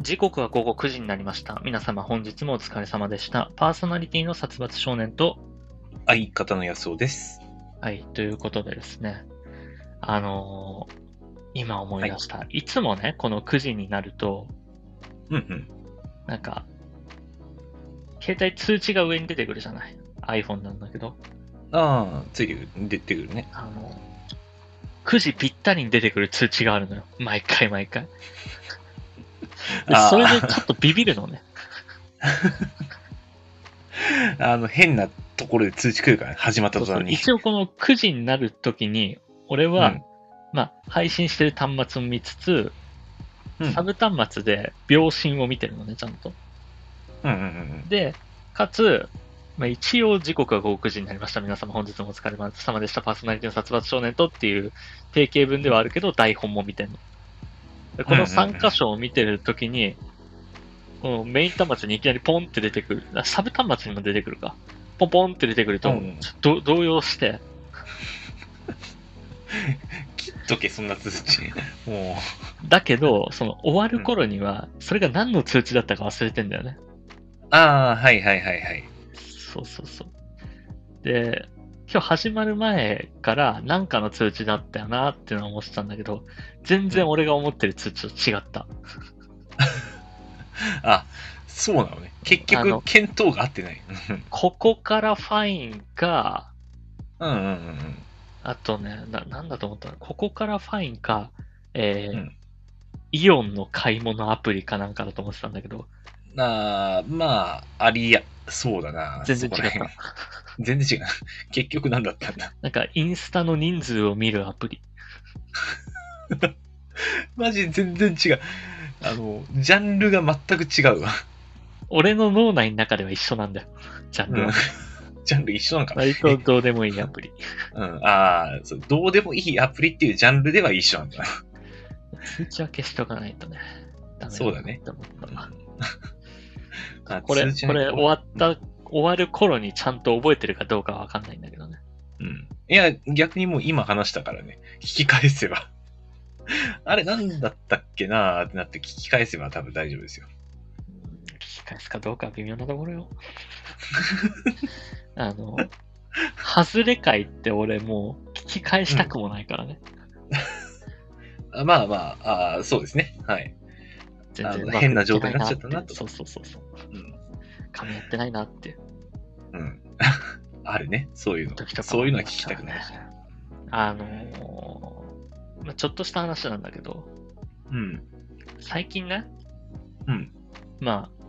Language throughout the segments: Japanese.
時刻は午後9時になりました。皆様本日もお疲れ様でした。パーソナリティの殺伐少年と、相方の安尾です。はい、ということでですね。あのー今思い出した、い。つもね、この9時になると、うんなんか、携帯通知が上に出てくるじゃない ?iPhone なんだけど、うん。ああ、ついてくる、出てくるね。あの9時ぴったりに出てくる通知があるのよ。毎回毎回。であーそれでちょっとビビるのね。あの、変なところで通知来るからね、始まったそう途そう端に。一応この9時になるときに、俺は、まあ、配信してる端末も見つつ、うん、うんサブ端末で秒針を見てるのね、ちゃんと。うんうんうんで、かつ、まあ、一応時刻は午後9時になりました。皆様本日もお疲れ様でした。パーソナリティの殺伐少年とっていう定型文ではあるけど、台本も見てんの。でこの3箇所を見てるときに、このメイン端末にいきなりポンって出てくる。あサブ端末にも出てくるか。ポンポンって出てくると、うんちょっと動揺して、切っとけ、そんな通知。もだけど、その終わる頃には、それが何の通知だったか忘れてんだよね。う。ああ、はいはいはいはい。そうそうそう。で、今日始まる前から何かの通知だったよなっていうのは思ってたんだけど、全然俺が思ってる通知と違った。あ、そうなのね。結あ局の、見当が合って ない。ここからファインか、うんうんうんうん。あとね、ななんだと思ったのここからファインか、えーうんイオンの買い物アプリかなんかだと思ってたんだけど、ああ、まあ、ありや、そうだな。全然違そこらっ辺た。全然違う。結局何だったんだ。なんかインスタの人数を見るアプリ。マジ全然違う。あの、ジャンルが全く違うわ。俺の脳内の中では一緒なんだよ。ジャンルは。ジャンル一緒なんかな割とどうでもいいアプリ。うん、ああ、そうどうでもいいアプリっていうジャンルでは一緒なん だな。通知は消しとかないとね。ダメなそうだねって思ったわあこれ、通知このれ終わった、終わる頃にちゃんと覚えてるかどうかはわかんないんだけどね。うん。いや、逆にもう今話したからね、聞き返せば。 あれ、なんだったっけなーってなって聞き返せば多分大丈夫ですよ。聞き返すかどうかは微妙なとこ ろよ。あの、外れ会って俺もう聞き返したくもないからね。あまあまあ、あーそうですね。はい。全然あうのまくい変な状態になっちゃったけいなってとそうそうそうそう。うん。噛み合ってないなって。うん、 あるね、そういうの時と。かもそあういうりのはま聞すきかたらくねないです。あのーまあちょっとした話なんだけど、うん。最近ね、うん。まあ、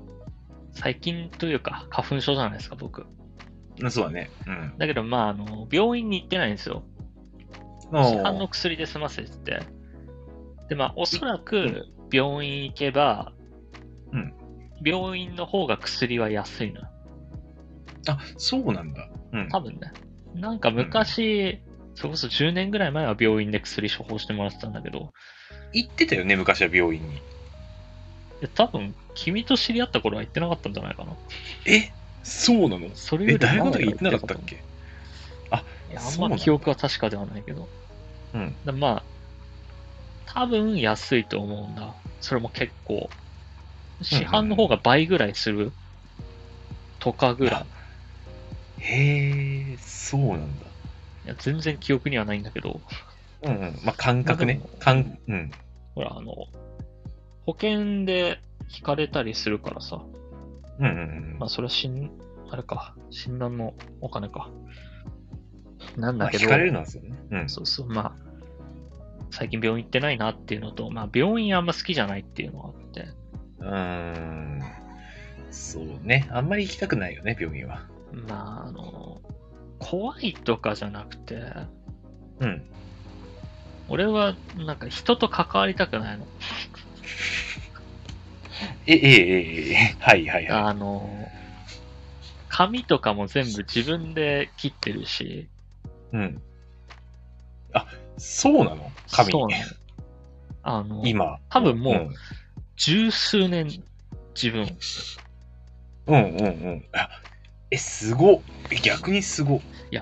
最近というか、花粉症じゃないですか、僕。そうだね。うん。だけど、まあ、あの、病院に行ってないんですよ。市販のおー薬で済ませてて。で、まあ、おそらうくん、病院行けば、うん病院の方が薬は安いのよ。あ、そうなんだ。うん。多分ね。なんか昔、それこそ10年ぐらい前は病院で薬処方してもらってたんだけど、行ってたよね、昔は病院に。で多分、君と知り合った頃は行ってなかったんじゃないかな。えそうなのそれよえ、り前大学はの時行ってなかったっ行けいやあんそうなんまだ記憶は確かではないけど。うん。だまあ、多分安いと思うんだ。それも結構。市販の方が倍ぐらいするとかぐらい。へえ、そうなんだ。いや全然記憶にはないんだけど、うんうん。まあ、感覚ねまあでも。感、うん。ほら、あの、保険で引かれたりするからさ、うんうんうん。まあ、それはしん、あれか、診断のお金か。なんまだあ、け惹ど、かれるのはそうね。うん。そうそう、まあ、最近病院行ってないなっていうのと、まあ、病院あんま好きじゃないっていうのがあって、うーん。そうね。あんまり行きたくないよね、病院は。まあ、あの、怖いとかじゃなくて、うん。俺はなんか人と関わりたくないの。え、え、え、え、え、はいはいはあの、髪とかも全部自分で切ってるし、い。うん。あ、そうなの髪。そうなの。あの、今。多分もう十数年自分、うん。うんうんうん。あえ、すごっ。え逆にすごっ。よ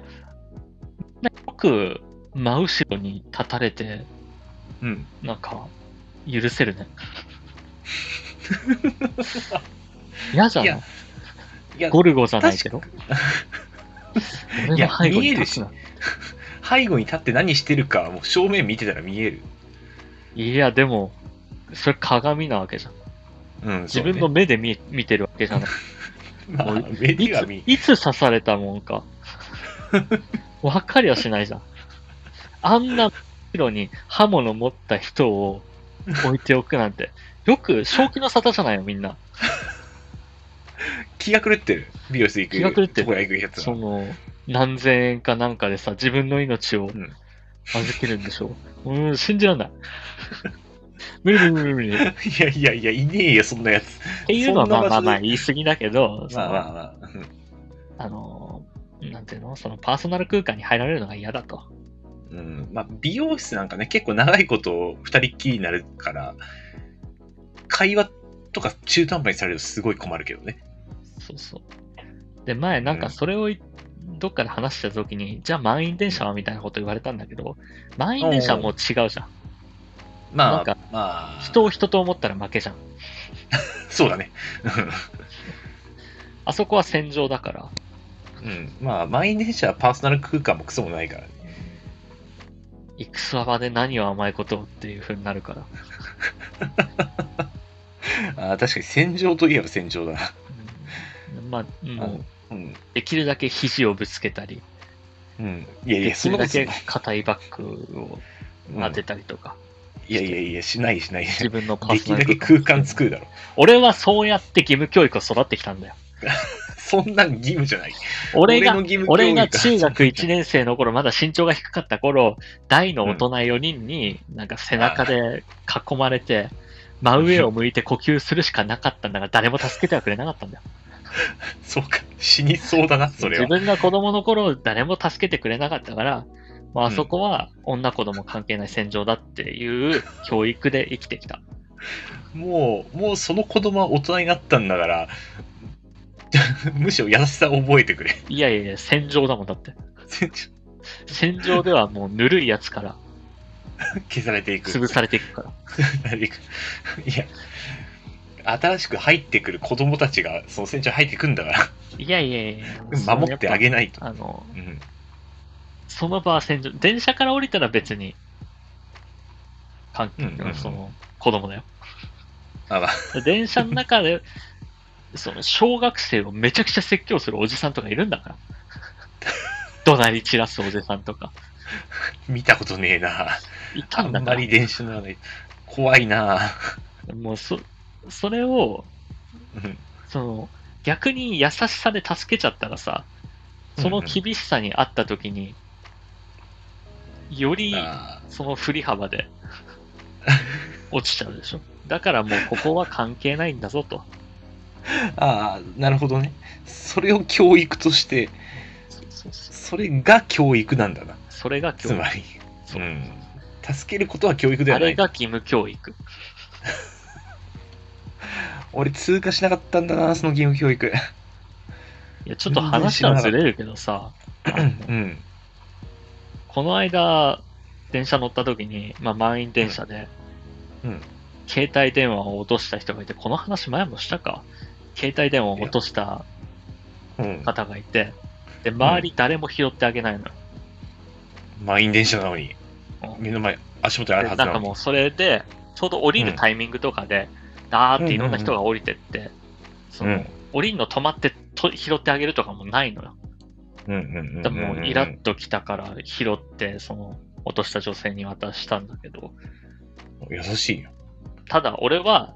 く真後ろに立たれて、うん。 なんか、許せるね。嫌じゃいないやいや、ゴルゴじゃないけど。俺のいや背後に見える立つしな。背後に立って何してるかはもう正面見てたら見える。いや、でも、それ鏡なわけじゃん。うん、自そう分の目で見見てるわけじゃない。 ね、まあ、もう目いにはつ見いつ刺されたもん か。わかりはしないじゃん。あんな後ろに刃物持った人を置いておくなんて、よく正気の沙汰じゃないよ、みんな。気が狂ってる。美容室行く。気が狂ってる床屋行くやつそは。の、何千円かなんかでさ、自分の命をん預けるんでしょう。うん、信じらんない。無理無理無理無理。っいやいやいや、いねえよ、そんなやつ。ていうのはそんなまあまあ場所でまあ言い過ぎだけど、そまあのまあまあ。あの、なんていうのそのパーソナル空間に入られるのが嫌だと。うん、まあ、美容室なんかね、結構長いこと二人っきりになるから、会話とか中途半端にされるとすごい困るけどね。そうそう。で、前、なんかそれをいどっかで話したときに、じゃあ満員電車はみたいなこと言われたんだけど、満員電車はもう違うじゃん。なまんかあ、まあ、人を人と思ったら負けじゃん。そう だね。あそこは戦場だから。うん。まあ、満員電車はパーソナル空間もクソもないからね。戦場で何を甘いことをっていう風になるから。あー確かに戦場といえば戦場だな。うんまあ、もう、うん。できるだけ肘をぶつけたり、うん。いやいでや、そきるんなこだとすけんの硬いバッグをうん当てたりとか、いやいやいや、しないしない。自で分のパーきソるナルだけ空間作るだろ。俺はそうやって義務教育を育ってきたんだよ。そんなん義務じゃない。俺がの義務教俺育が中学1年生の頃、まだ身長が低かった頃、大の大人4人に、なんか背中で囲まれて、真上を向いて呼吸するしかなかったんだが、誰も助けてはくれなかったんだよ。 そうか。死にそうだな、それ自は。分が子供の頃、誰も助けてくれなかったから、まあ、あそこは女子供関係ない戦場だっていう教育で生きてきた。もう、もうその子供は大人になったんだから、 むしろ優しさを覚えてくれ。 いやいやいや、戦場だもんだって。戦場ではもうぬるいやつ から消されていく。潰されていくから。 いや、新しく入ってくる子供たちが、その船長入ってくんだかいやいやいやいやら、守ってあげないと。あの、うん、その場は戦場、電車から降りたら別に、関係、うんうんうんその、子供だよ。あ、まあ、電車の中で、その、小学生をめちゃくちゃ説教するおじさんとかいるんだ から。怒鳴り散らすおじさんとか、見たことねえな。いたあんんだまからり。電車なので、怖いな。もう、そ、それを、うんその、逆に優しさで助けちゃったらさ、そのうんうん厳しさにあった時に、より、あその振り幅 で落ちちゃうでしょ。だからもうここは関係ないんだぞと。ーあー、なるほどね。それを教育として、そうそうそうそれが教育なんだな。それがつ教育ま。り、そううん助けることは教育であはなれい。が義務教育。俺通過しなかったんだな、その義務教育。いや、ちょっと話はずれるけどさ、あのうん。この間、電車乗った時に、まあ満員電車で、うんうん携帯電話を落とした人がいて、この話前もしたか携帯電話を落としたうん。方がいて、で、周り誰も拾ってあげないのよ。満員電車なのにうん、目の前、足元にあるではずななんかのに。もうそれで、ちょうど降りるタイミングとかで、ダーっていろんな人が降りてって、その、うん降りるの止まってと拾ってあげるとかもないのよ。うんうんうんでもうイラッときたから拾って、その、落とした女性に渡したんだけど、優しいよ。ただ俺は、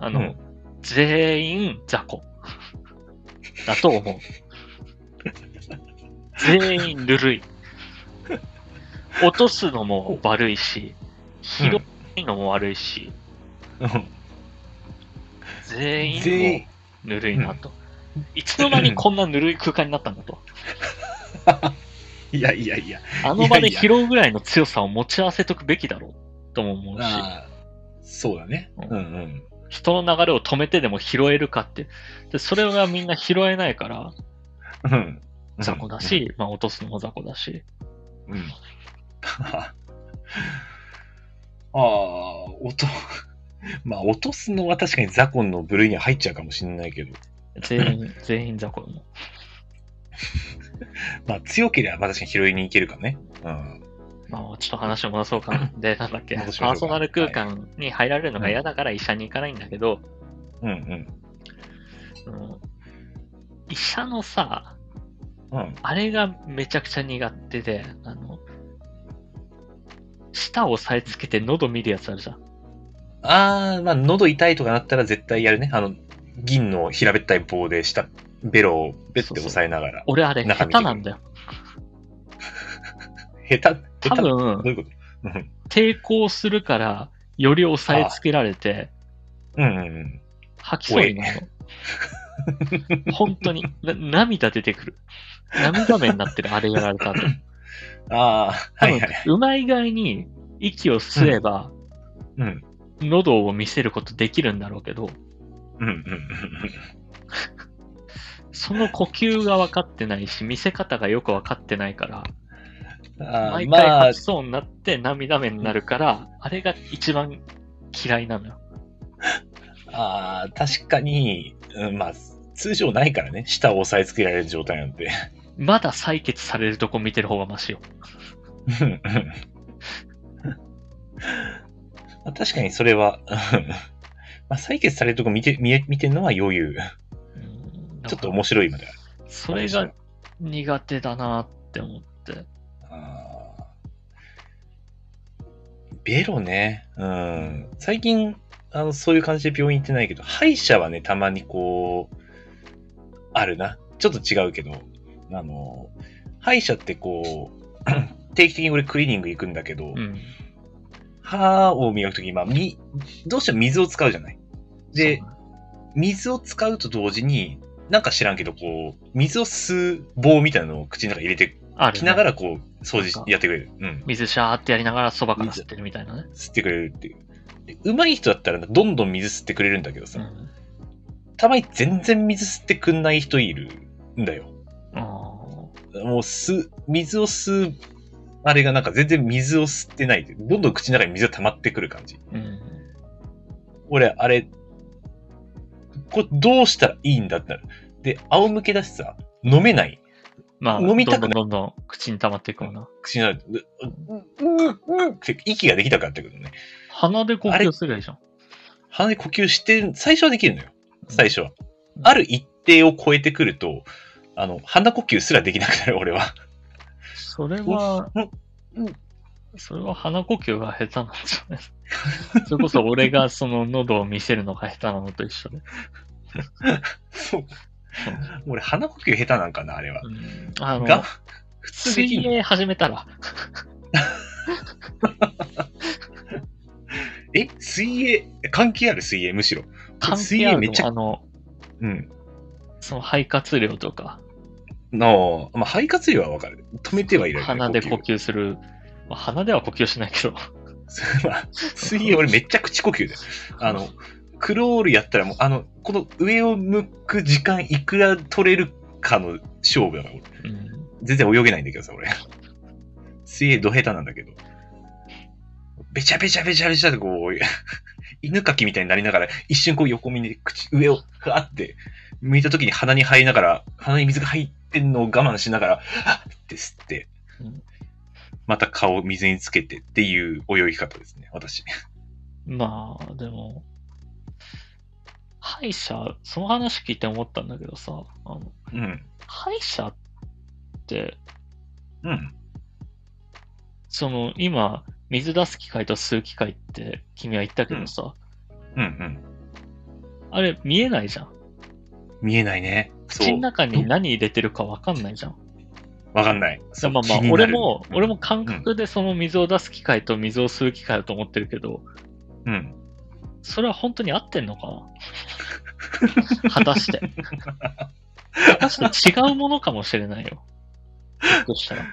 あの、うん全員雑魚。だと 思う。全員ぬるい。落とすのも悪いし、拾うのも悪いし、全員全も員、うぬるいなと。いつの間にこんなぬるい空間になったんだと。 いやいやいや。あの場で拾うぐらいの強さを持ち合わせとくべきだろうとも思うし、ああ、そうだね。ううんんうん。人の流れを止めてでも拾えるかって。で、それがみんな拾えないから、うん。雑魚だ。し、まあ落とすのも雑魚だし。 うん。ああ、音。 まあ、落とすのは確かにザコンの部類には入っちゃうかもしれないけど、全員、 全員雑魚も。まあ、強ければまあ確かに拾いに行けるかね。うん。まあ、ちょっと話を戻そうかな。 で、なんだっけ、パ戻しましょーうかソナル空間に入られるのが嫌だから医者に行かないんだけど、うんうん。その医者のさ、うん。あれがめちゃくちゃ苦手で、あの、舌を押さえつけて喉見るやつあるじゃん。ああ、まあ、喉痛いとかなったら絶対やるね。あの、銀の平べったい棒で下、ベロをベッて押さえながら。俺あれ下中見手てくるなんだよ。下手、多下手、ど分う、いうことうん抵抗するから、より押さえつけられて、うんうんうん。吐きそうになるの。本当にな、涙出てくる。涙目になってる、あれやられた後。ああ、多はい分はい。、うまい具合に息を吸えば、うん。喉を見せることできるんだろうけど、うんうんうんその呼吸が分かってないし、見せ方がよく分かってないから、うん。ああ毎回まあ吐き、そうになって涙目になるから、あれが一番嫌いなのよ。ああ、確かに、うん、まあ、通常ないからね。舌を押さえつけられる状態なんて。 まだ採血されるとこ見てる方がマシよ。うんうんまあ確かにそれは、うんまあ、採血されるとこ見て、見え、見てるのは余裕。うんちょっと面白いまである。それが苦手だなって思って。あーベロね。うん。最近、あの、そういう感じで病院行ってないけど、歯医者はね、たまにこう、あるな。ちょっと違うけど、あの、歯医者ってこう、 定期的に俺クリーニング行くんだけど、うん。歯を磨くとき、まあ、み、どうしても水を使うじゃない。でそう、なの、水を使うと同時に、なんか知らんけど、こう、水を吸う棒みたいなのを口の中に入れてあきる、ながね。ら、こう、掃除しやってくれる。うん。水シャーってやりながらそばから吸ってるみたいなね。吸ってくれるっていう。で上手い人だったら、どんどん水吸ってくれるんだけどうさ、ん。たまに全然水吸ってくんない人いるんだよ。あもう吸う、水を吸う、あれがなんか全然水を吸ってないっていうどんどん口の中に水が溜まってくる感じ。ーうん。俺、あれ、これどうしたらいいんだってなる。で、仰向けだしさ、飲めない。まあ、飲みたくなどいんどんどんどん口に溜まっていくもんな。口の中で、う、う、う、うって息ができなくなってくるのね。鼻で呼吸すればいいじゃん。鼻で呼吸してる、最初はできるのよ。最初は。うんある一定を超えてくると、あの、鼻呼吸すらできなくなる、俺は。それはうん、それは鼻呼吸が下手なんじゃない それこそ俺がその喉を見せるのが下手なのと一緒で。そう。俺、鼻呼吸下手なんかな、あれは。うんあの、が、普通でき水んの泳始めたら、え、水泳、関係ある水泳、むしろ。関水係泳あめるっちゃの、あの、うん。その肺活量とか、の、まあ、肺活量はわかる。止めてはいる、鼻で呼吸する、まあ鼻では呼吸しないけど、そ れは水泳俺めっちゃ口呼吸だよ。あの、クロールやったらもう、あの、この上を向く時間いくら取れるかの勝負だから、俺。うん、全然泳げないんだけどさ、俺。水泳ど下手なんだけど。べちゃべちゃべちゃべちゃってこう、犬かきみたいになりながら、一瞬こう横見に口、上をふわって、向いた時に鼻に入りながら、鼻に水が入ってんのを我慢しながら、はっって吸ってうん、また顔を水につけてっていう泳ぎ方ですね、私。まあ、でも、歯医者、その話聞いて思ったんだけどさ、あのうん。歯医者って、うん。その今、水出す機械と吸う機械って君は言ったけどさ、うんうん。あれ見えないじゃん。見えないね。そ口のう。中に何入れてるかわかんないじゃん。わかんない。だからまあ気にまあ、な俺るも、うん俺も感覚でその水を出す機械と水を吸う機械だと思ってるけど、うん。それは本当に合ってんのかな果たして。果たして違うものかもしれないよ。ひょっとしたら。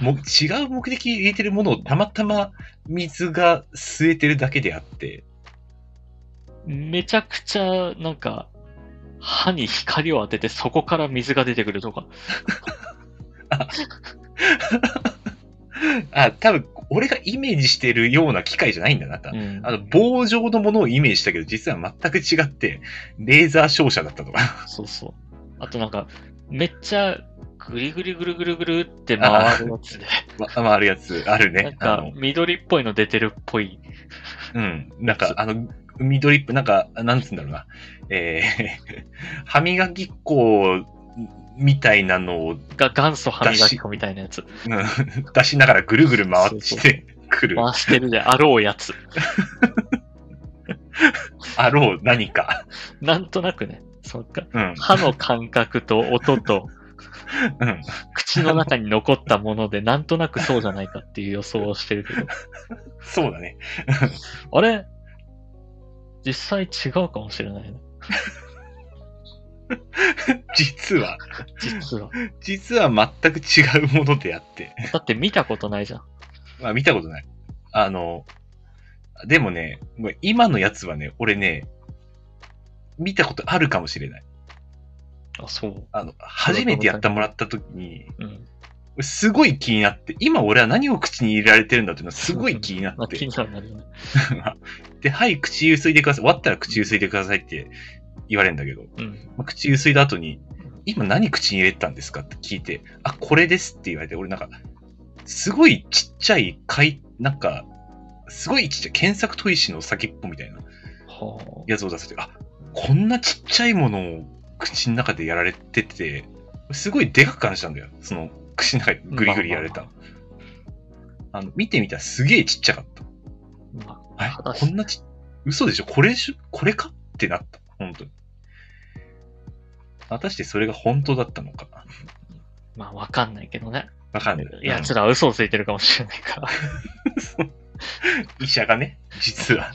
も違う目的に入れてるものをたまたま水が吸えてるだけであって、めちゃくちゃ、なんか、歯に光を当ててそこから水が出てくるとか。あ、多分俺がイメージしてるような機械じゃないんだな、多分うんあの、棒状のものをイメージしたけど、実は全く違って、レーザー照射だったとか。 そうそう。あとなんか、めっちゃぐりぐりぐるぐるぐるって回るやつで、ま、回るやつ、あるなねん。あかの、緑っぽいの出てるっぽい。うん。なんか、あの、緑っぽい、なんか、なんつうんだろうな。えー、 歯磨き粉みたいなのを、うん、が元祖歯磨き粉みたいなやつ。出しながらぐるぐる回してくる。回してるであろうやつ。あろう、何か。なんとなくね、そっか。うん。歯の感覚と音とうん。口の中に残ったもので、なんとなくそうじゃないかっていう予想をしてるけど。そうだね。あれ実際違うかもしれないね。実は、実は。実は全く違うものであって。 だって見たことないじゃん。まあ見たことない。あの、でもね、ごめん今のやつはね、俺ね、見たことあるかもしれない。あ、そう。あの、初めてやってもらった時に、うん。俺すごい気になって、今俺は何を口に入れられてるんだっていうのはすごい気になまあ、っ気て。にはなるよね。 で、はい、口ゆすいでください。終わったら口ゆすいでくださいって言われるんだけど、うん。まあ口ゆすいだ後に、今何口に入れてたんですかって聞いて、あ、これですって言われて、俺なんか、すごいちっちゃい、かい、なんか、すごいちっちゃい、検索砥石の先っぽみたいなはやつを出せて、あ、こんなちっちゃいものを口の中でやられてて、すごいでかく感じたんだよ。その、口の中でグリグリやられた。あの、見てみたらすげえちっちゃかった。あ。まえ果たしこんなち、嘘でしょこれでしょこれかってなった。本当に。果たしてそれが本当だったのか。あ、まあ、わかんないけどね。わかんない。奴らは嘘をついてるかもしれないから。 医者がね、実は。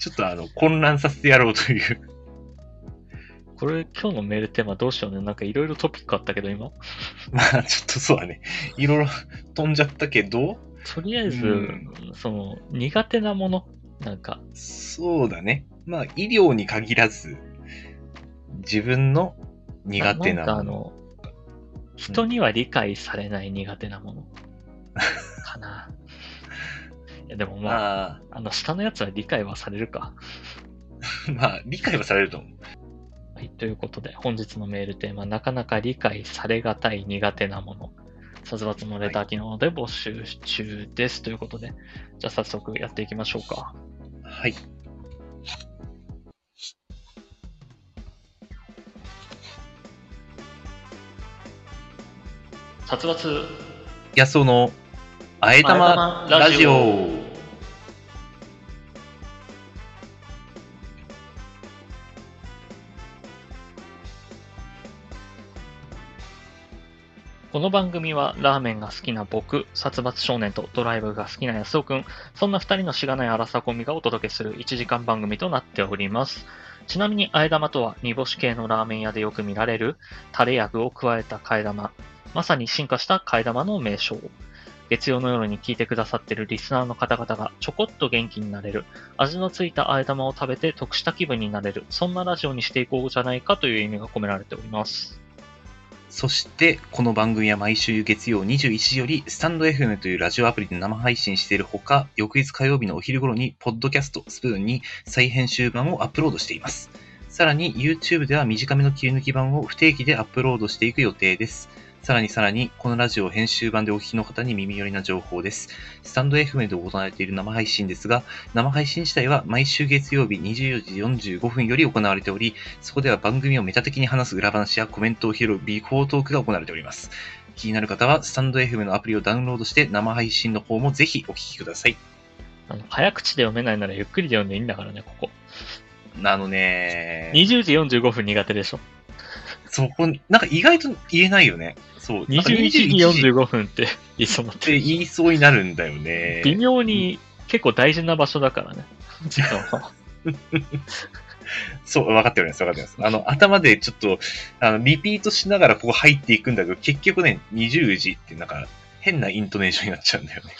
ちょっとあの、混乱させてやろうという。 これ、今日のメールテーマどうしようね。なんかいろいろトピックあったけど、今。まあ、ちょっとそうだね。いろいろ 飛んじゃったけど、とりあえず、うんその、苦手なもの。なんか、そうだね。まあ、医療に限らず、自分の苦手んかなあもの。の、人には理解されない苦手なもの。か な。いや、でもまあ、まあ、あの、下のやつは理解はされるか。まあ、理解はされると思う。はい、ということで、本日のメールテーマ、なかなか理解されがたい苦手なもの。殺伐のレター機能で募集中です。ということで、じゃあ早速やっていきましょうか。はい。殺伐いや、その、あえ玉あえ玉ララジジオオこの番組はラーメンが好きな僕、殺伐少年とドライブが好きな安尾くん、そんな二人のしがない荒さコンビがお届けする1時間番組となっております。ちなみに、あえ玉とは煮干し系のラーメン屋でよく見られるタレ薬を加えた替え玉、まさに進化した替え玉の名称。月曜の夜に聞いてくださってるリスナーの方々がちょこっと元気になれる、味のついたあえ玉を食べて得した気分になれる、そんなラジオにしていこうじゃないかという意味が込められております。そして、この番組は毎週月曜21時より、スタンド FM というラジオアプリで生配信しているほか、翌日火曜日のお昼頃に、ポッドキャストスプーンに再編集版をアップロードしています。さらに、YouTube では短めの切り抜き版を不定期でアップロードしていく予定です。さらにさらに、このラジオ編集版でお聞きの方に耳寄りな情報です。スタンド FM で行われている生配信ですが、生配信自体は毎週月曜日24時45分より行われており、そこでは番組をメタ的に話す裏話やコメントを拾うビフォートークが行われております。気になる方は、スタンド FM のアプリをダウンロードして、生配信の方もぜひお聞きください。あの早口で読めないならゆっくりで読んでいいんだからね、ここ。あのね、 20時45分苦手でしょ。そこ、なんか意外と言えないよね。そう。なんか21時っ45分って 言いそうになっててる。言いそうになるんだよね。微妙に結構大事な場所だからね。時間 は。そう、分かっております、分かっております。あの、頭でちょっと、あの、リピートしながらここ入っていくんだけど、結局ね、20時ってなんか、変なイントネーションになっちゃうんだよね。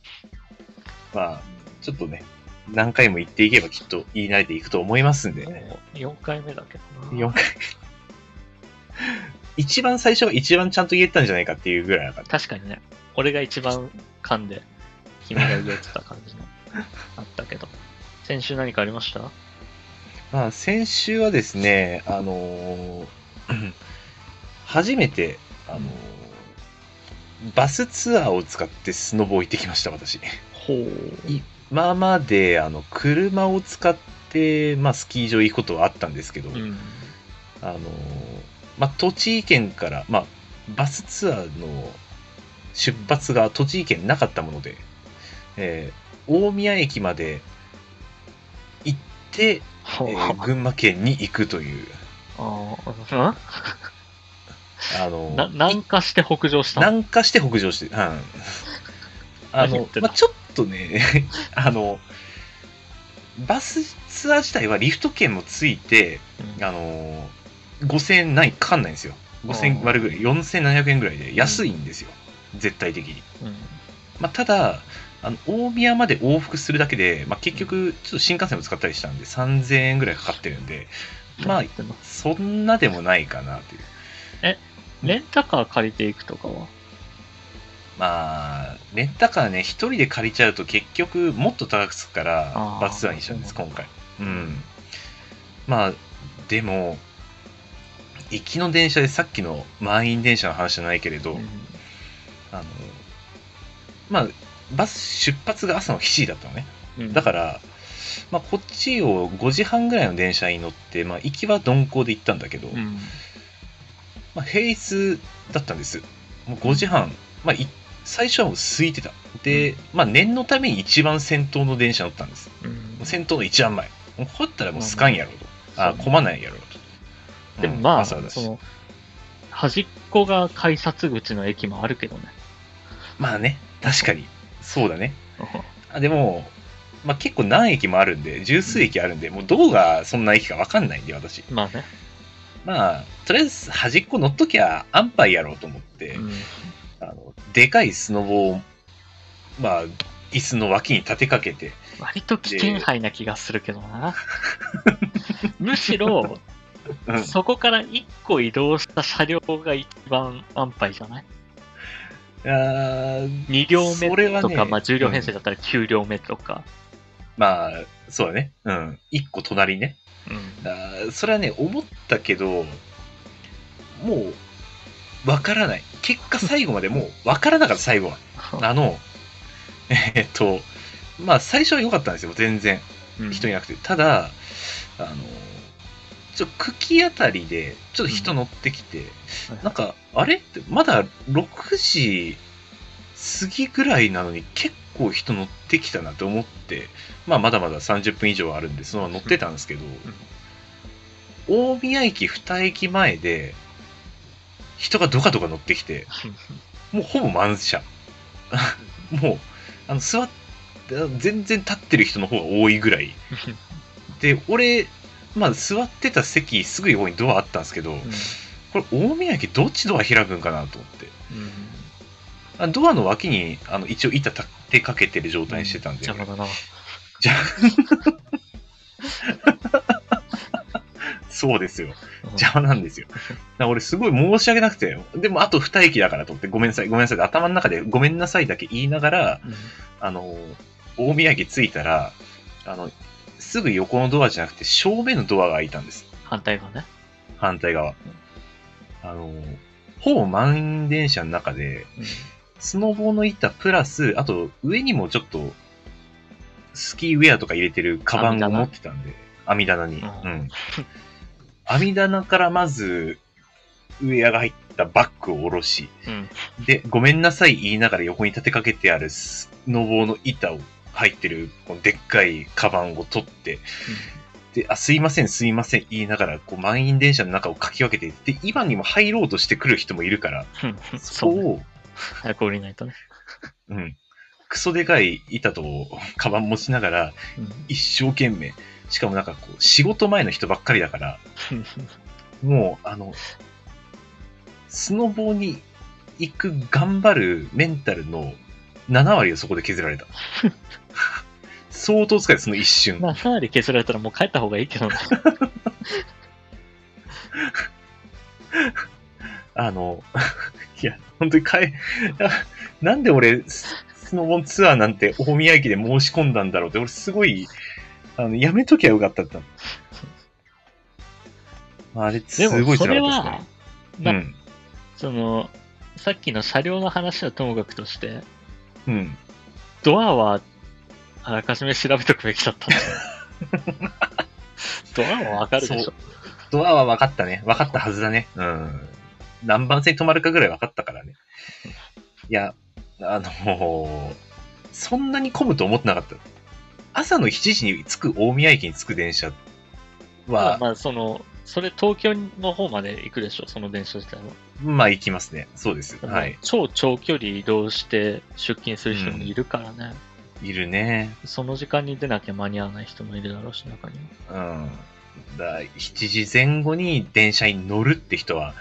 まあ、ちょっとね、何回も言っていけばきっと言い慣れていくと思いますんで、もう4回目だけど4な。回。一番最初が一番ちゃんと言えたんじゃないかっていうぐらいなかった。確かにね。俺が一番噛んで、君が言えてた感じ の、あったけど。先週何かありましたまあ、先週はですね、あのー 初めて、あのーバスツアーを使ってスノボを行ってきました、私。ほう。今まで、あの、車を使って、まあ、スキー場行くことはあったんですけど、うん。あのーまあ、栃木県から、まあ、バスツアーの出発が栃木県なかったもので、えー大宮駅まで行って、ほう。えー群馬県に行くという、ああ、あうのんな、南下して北上したの南下して北上し て、うん、あ何言っの、てんのまあ、ちょっとね、 あの、バスツアー自体はリフト券もついて、うんあのー、5000円ないかかんないんですよ。5000割るぐらい、4700円ぐらいで安いんですよ。絶対的に。うん。まあ、ただ、あの大宮まで往復するだけで、まあ、結局、ちょっと新幹線も使ったりしたんで、3000円ぐらいかかってるんで、まあ何言ってんのそんなでもないかなという。レンタカー借りていくとかはまあ、レンタカーね、一人で借りちゃうと結局もっと高くつくかあらー、バスツアーにしたんです、そう今回。うん。まあ、でも、行きの電車でさっきの満員電車の話じゃないけれど、うんあの、まあ、バス出発が朝の7時だったのね。うん。だから、まあ、こっちを5時半ぐらいの電車に乗って、まあ、行きは鈍行で行ったんだけど、うん。まあ、平日だったんです。もう5時半、まあ、い最初はもう空いてた。で、まあ、念のために一番先頭の電車乗ったんです。うんもう先頭の一番前。もうこうやったらもう好かんやろうと。あ、そう混まないやろうと。でもうんまあ、朝そだしの、端っこが改札口の駅もあるけどね。 まあね、確かに。そうだね。あでも、まあ、結構何駅もあるんで、十数駅あるんで、もうどうがそんな駅かわかんないんで、私。まあね。まあ、とりあえず端っこ乗っときゃ安牌やろうと思って、うんあのでかいスノボを、まあ、椅子の脇に立てかけて、割と危険杯な気がするけど な。むしろ、うんそこから1個移動した車両が一番安牌じゃないあー ?2 両目それはとねか、まあ10両編成だったら9両目とか。まあ、そうだね。うん。一個隣ね。うんあーそれはね、思ったけど、もう、わからない。結果最後までもう、わからなかった、最後は。あの、えーっと、まあ、最初は良かったんですよ、全然。うん人いなくて。ただ、あの、ちょっと茎あたりで、ちょっと人乗ってきて、うんなんか、あれって、まだ6時過ぎぐらいなのに結構人乗ってきたなと思って、まあ、まだまだ30分以上はあるんで、そのまま乗ってたんですけど、大宮駅2駅前で、人がドカドカ乗ってきて、もうほぼ満車。 もう、あの、座って、あの全然立ってる人の方が多いぐらい。で、俺、まあ、座ってた席、すぐ横にドアあったんですけど、これ、大宮駅どっちドア開くんかなと思って。うんあドアの脇に、あの、一応板立てかけてる状態にしてたんで、邪魔だな。そうですよ。うん邪魔なんですよ。だから俺すごい申し訳なくて、でもあと二駅だからと思って、ごめんなさい、ごめんなさいって頭の中でごめんなさいだけ言いながら、うんあの、大宮駅着いたら、あの、すぐ横のドアじゃなくて正面のドアが開いたんです。反対側ね。反対側。あの、ほぼ満員電車の中で、うんスノボーの板プラス、あと上にもちょっと、スキーウェアとか入れてるカバンを持ってたんで、網棚に。ううんん。網棚からまず、ウェアが入ったバッグを下ろし、うんで、ごめんなさい言いながら横に立てかけてあるスノボーの板を入ってる、このでっかいカバンを取って、で、あ、すいません、すいません言いながら、こう満員電車の中をかき分けていって、今にも入ろうとしてくる人もいるから、うんそ そうこね。を、早く降りないとね。うん。クソでかい板とカバン持ちながら、うん 一生懸命、しかもなんかこう、仕事前の人ばっかりだから、もう、あの、スノボーに行く頑張るメンタルの7割をそこで削られ た。相当疲れた、その一瞬。まあ、かなり削られたらもう帰った方がいいけどね。 あの、いや、本当に帰、 なんで俺、ススノボンツアーなんて大宮駅で申し込んだんだろうって、俺すごい、あの、やめときゃよかったってなった。あれ、すでごも、いそ辛れかったはで、すなね。その、さっきの車両の話はともかくとして、うん。うん。ドアは、あらかじめ調べとくべきだったんだよ ドアはわかるでしそょ。ドアは分かったね。分かったはずだね。うん。何番線に止まるかぐらい分かったからね。いや、あのそんなに混むと思ってなかった。朝の7時に着く大宮駅に着く電車まあ、は、まあ、その、それ東京の方まで行くでしょ、その電車自体は。まあ行きますね。そうです。はい。超長距離移動して出勤する人もいるからね、いるね。その時間に出なきゃ間に合わない人もいるだろうし、中には。うん。だ7時前後に電車に乗るって人は、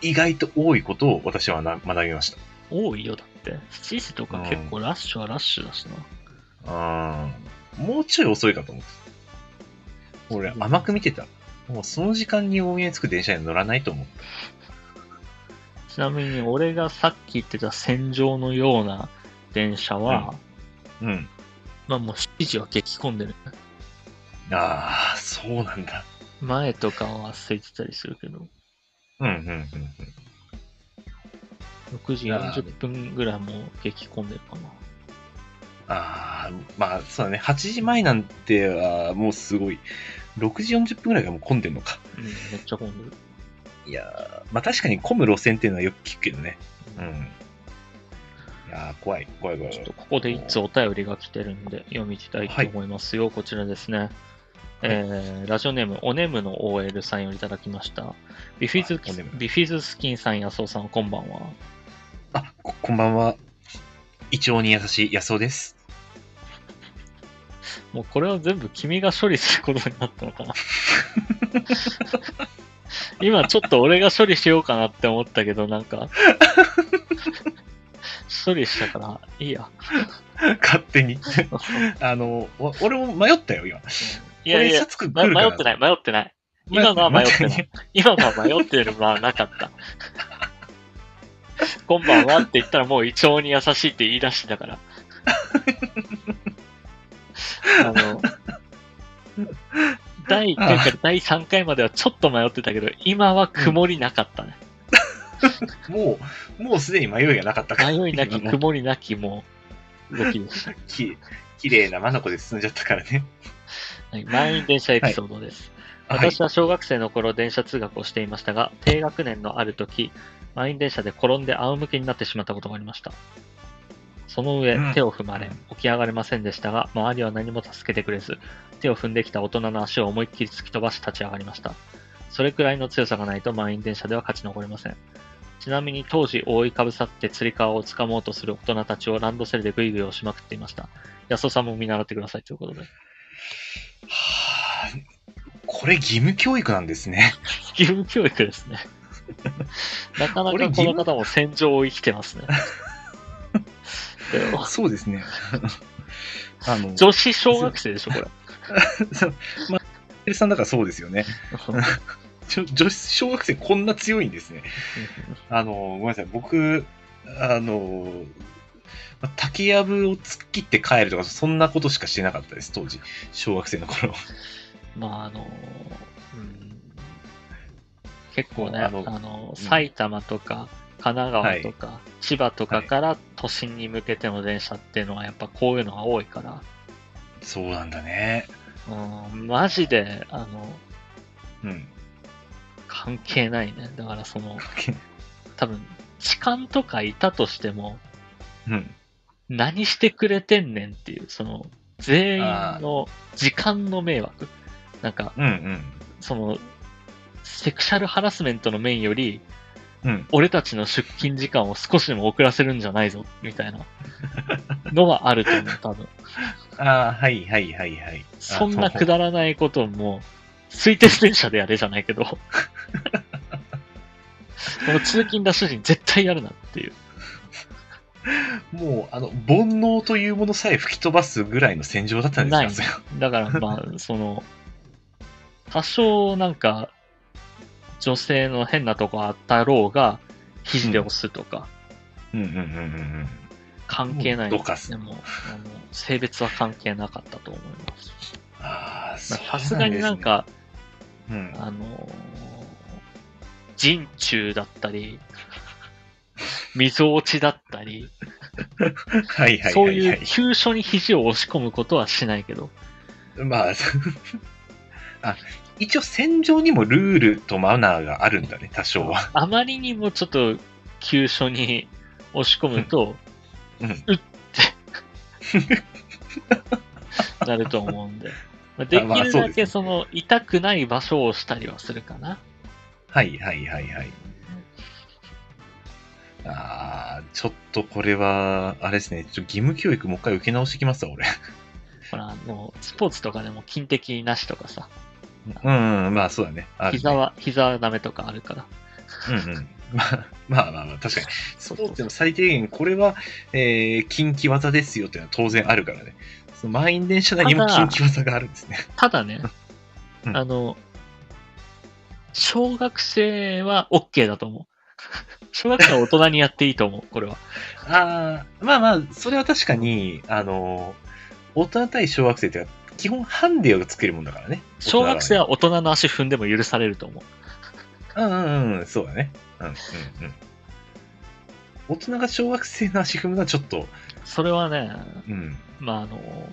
意外と多いことを私はな学びました。多いよ、だって。7時とか結構ラッシュはラッシュだしな。うん。もうちょい遅いかと思ってた。俺、甘く見てた。もうその時間に大宮に着く電車に乗らないと思った。ちなみに、俺がさっき言ってた戦場のような電車は、うん。まあもう7時は激混んでる。ああ、そうなんだ。前とかは空いてたりするけど、うん、うん、うん。 6時あー40分ぐらいもう激混んでるかな。ああ、まあ、そうだね。8時前なんては、もうすごい。6時40分ぐらいがもう混んでんのか。うん、めっちゃ混んでる。いやーまあ確かに混む路線っていうのはよく聞くけどね。うん。いやー怖い、怖い、怖い。ちょっと怖いここで一つお便りが来てるんで読みたいと思いますよ。こちらですね。えーラジオネーム、おねむの OL さんよりいただきました。ビフィズはいおねむビフィズスキンさん、安尾さん、こんばんは。あこ、こんばんは。胃腸に優しい安尾です。 もうこれは全部君が処理することになったのかな。今ちょっと俺が処理しようかなって思ったけど、なんか、処理したから、いいや。勝手 に。あの、お俺も迷ったよ、今。いやいこれシャや、ツくま来るか迷らってない、迷ってない。今のは迷ってない。。今のは迷ってるのはなかった。こんばんはって言ったらもう胃腸に優しいって言い出してたから。あの、第1回から第3回まではちょっと迷ってたけど、今は曇りなかったね。もう、もうすでに迷いがなかったから。迷いなき、今も曇りなき、もう、動きでした。き、綺麗なまなこで進んじゃったからね。はい、満員電車エピソードです。はい私は小学生の頃電車通学をしていましたが、低学年のある時、満員電車で転んで仰向けになってしまったことがありました。その上、うん手を踏まれうん、起き上がれませんでしたが、周りは何も助けてくれず、手を踏んできた大人の足を思いっきり突き飛ばし立ち上がりました。それくらいの強さがないと満員電車では勝ち残れません。ちなみに当時覆いかぶさって釣り革を掴もうとする大人たちをランドセルでグイグイ押しまくっていました。安尾さんも見習ってくださいということで。はあこれ義務教育なんで すね。義務教育ですね。なかな俺か義こ務の方も戦場を生きてますね。でもそうで すね。あの、女子小学生でしょ、これ。まあ、さんだからそうですよね。ちょ女子小学生こんな強いんですね。あの、ごめんなさい、僕、あの、まあ竹やぶを突っ切って帰るとか、そんなことしかしてなかったです、当時。小学生の頃。 まあ、あの、うん、結構ね、ああのの埼玉とか神奈川とか、千葉とかから都心に向けての電車っていうのは、やっぱこういうのが多いから、そうなんだね。うん、マジで、あの、うん。 関係ないね。だから、その、多分、痴漢とかいたとしても、うん。何してくれてんねんっていう、その、全員の時間の迷惑。なんか、うんうん。その、セクシャルハラスメントの面より、うん。俺たちの出勤時間を少しでも遅らせるんじゃないぞ、みたいなのはあると思う、多分。ああ、はいはいはいはい。そんあなのくだらないことをもう、水鉄電車でやれじゃないけど、この通勤ラッシュ時に絶対やるなっていう。もう、あの、煩悩というものさえ吹き飛ばすぐらいの戦場だったんですよ。だからまあ、その、 多少なんか、女性の変なとこあったろうが、肘で押すとか、うんうんうんうん関係ないもうどかすでもあの性別は関係なかったと思いますああ、そうまあさすがになんかなんですね、あのー人中だった り溝落ちだったり、うん。はいはいそうはいいはう急所に肘を押し込むことはしないけど、い。まあ、そうあ、一応戦場にもルールとマナーがあるんだね、多少は。あまりにもちょっと急所に押し込むと、うん。 なると思うんで。まあであまあきるそうだですねけその痛くない場所を押したりはするかな。はいはいはいはい。ああ、ちょっとこれは、あれですね、ちょっと義務教育もう一回受け直してきますわ、俺。ほら、あの、スポーツとかでも筋的なしとかさ、うん、うん、まあそうだね。あるね膝は、膝はダメとかあるから。うんうん。まあまあまあまあ、確かに。スそうポそうーツでも最低限、これは、えー、近畿技ですよっていうのは当然あるからね。その満員電車内にもただ近畿技があるんですね。ただね、うんあの、小学生は OK だと思う。 小学生は大人にやっていいと思う、これは。ああ、まあまあ、それは確かに、あの、大人対小学生っていうか基本ハンデを作るもんだからね。小学生は。は大人の足踏んでも許されると思う。うんうんうん、そうだね。うんうんうん。大人が小学生の足踏むのはちょっと、それはね、うん。まあ、あの、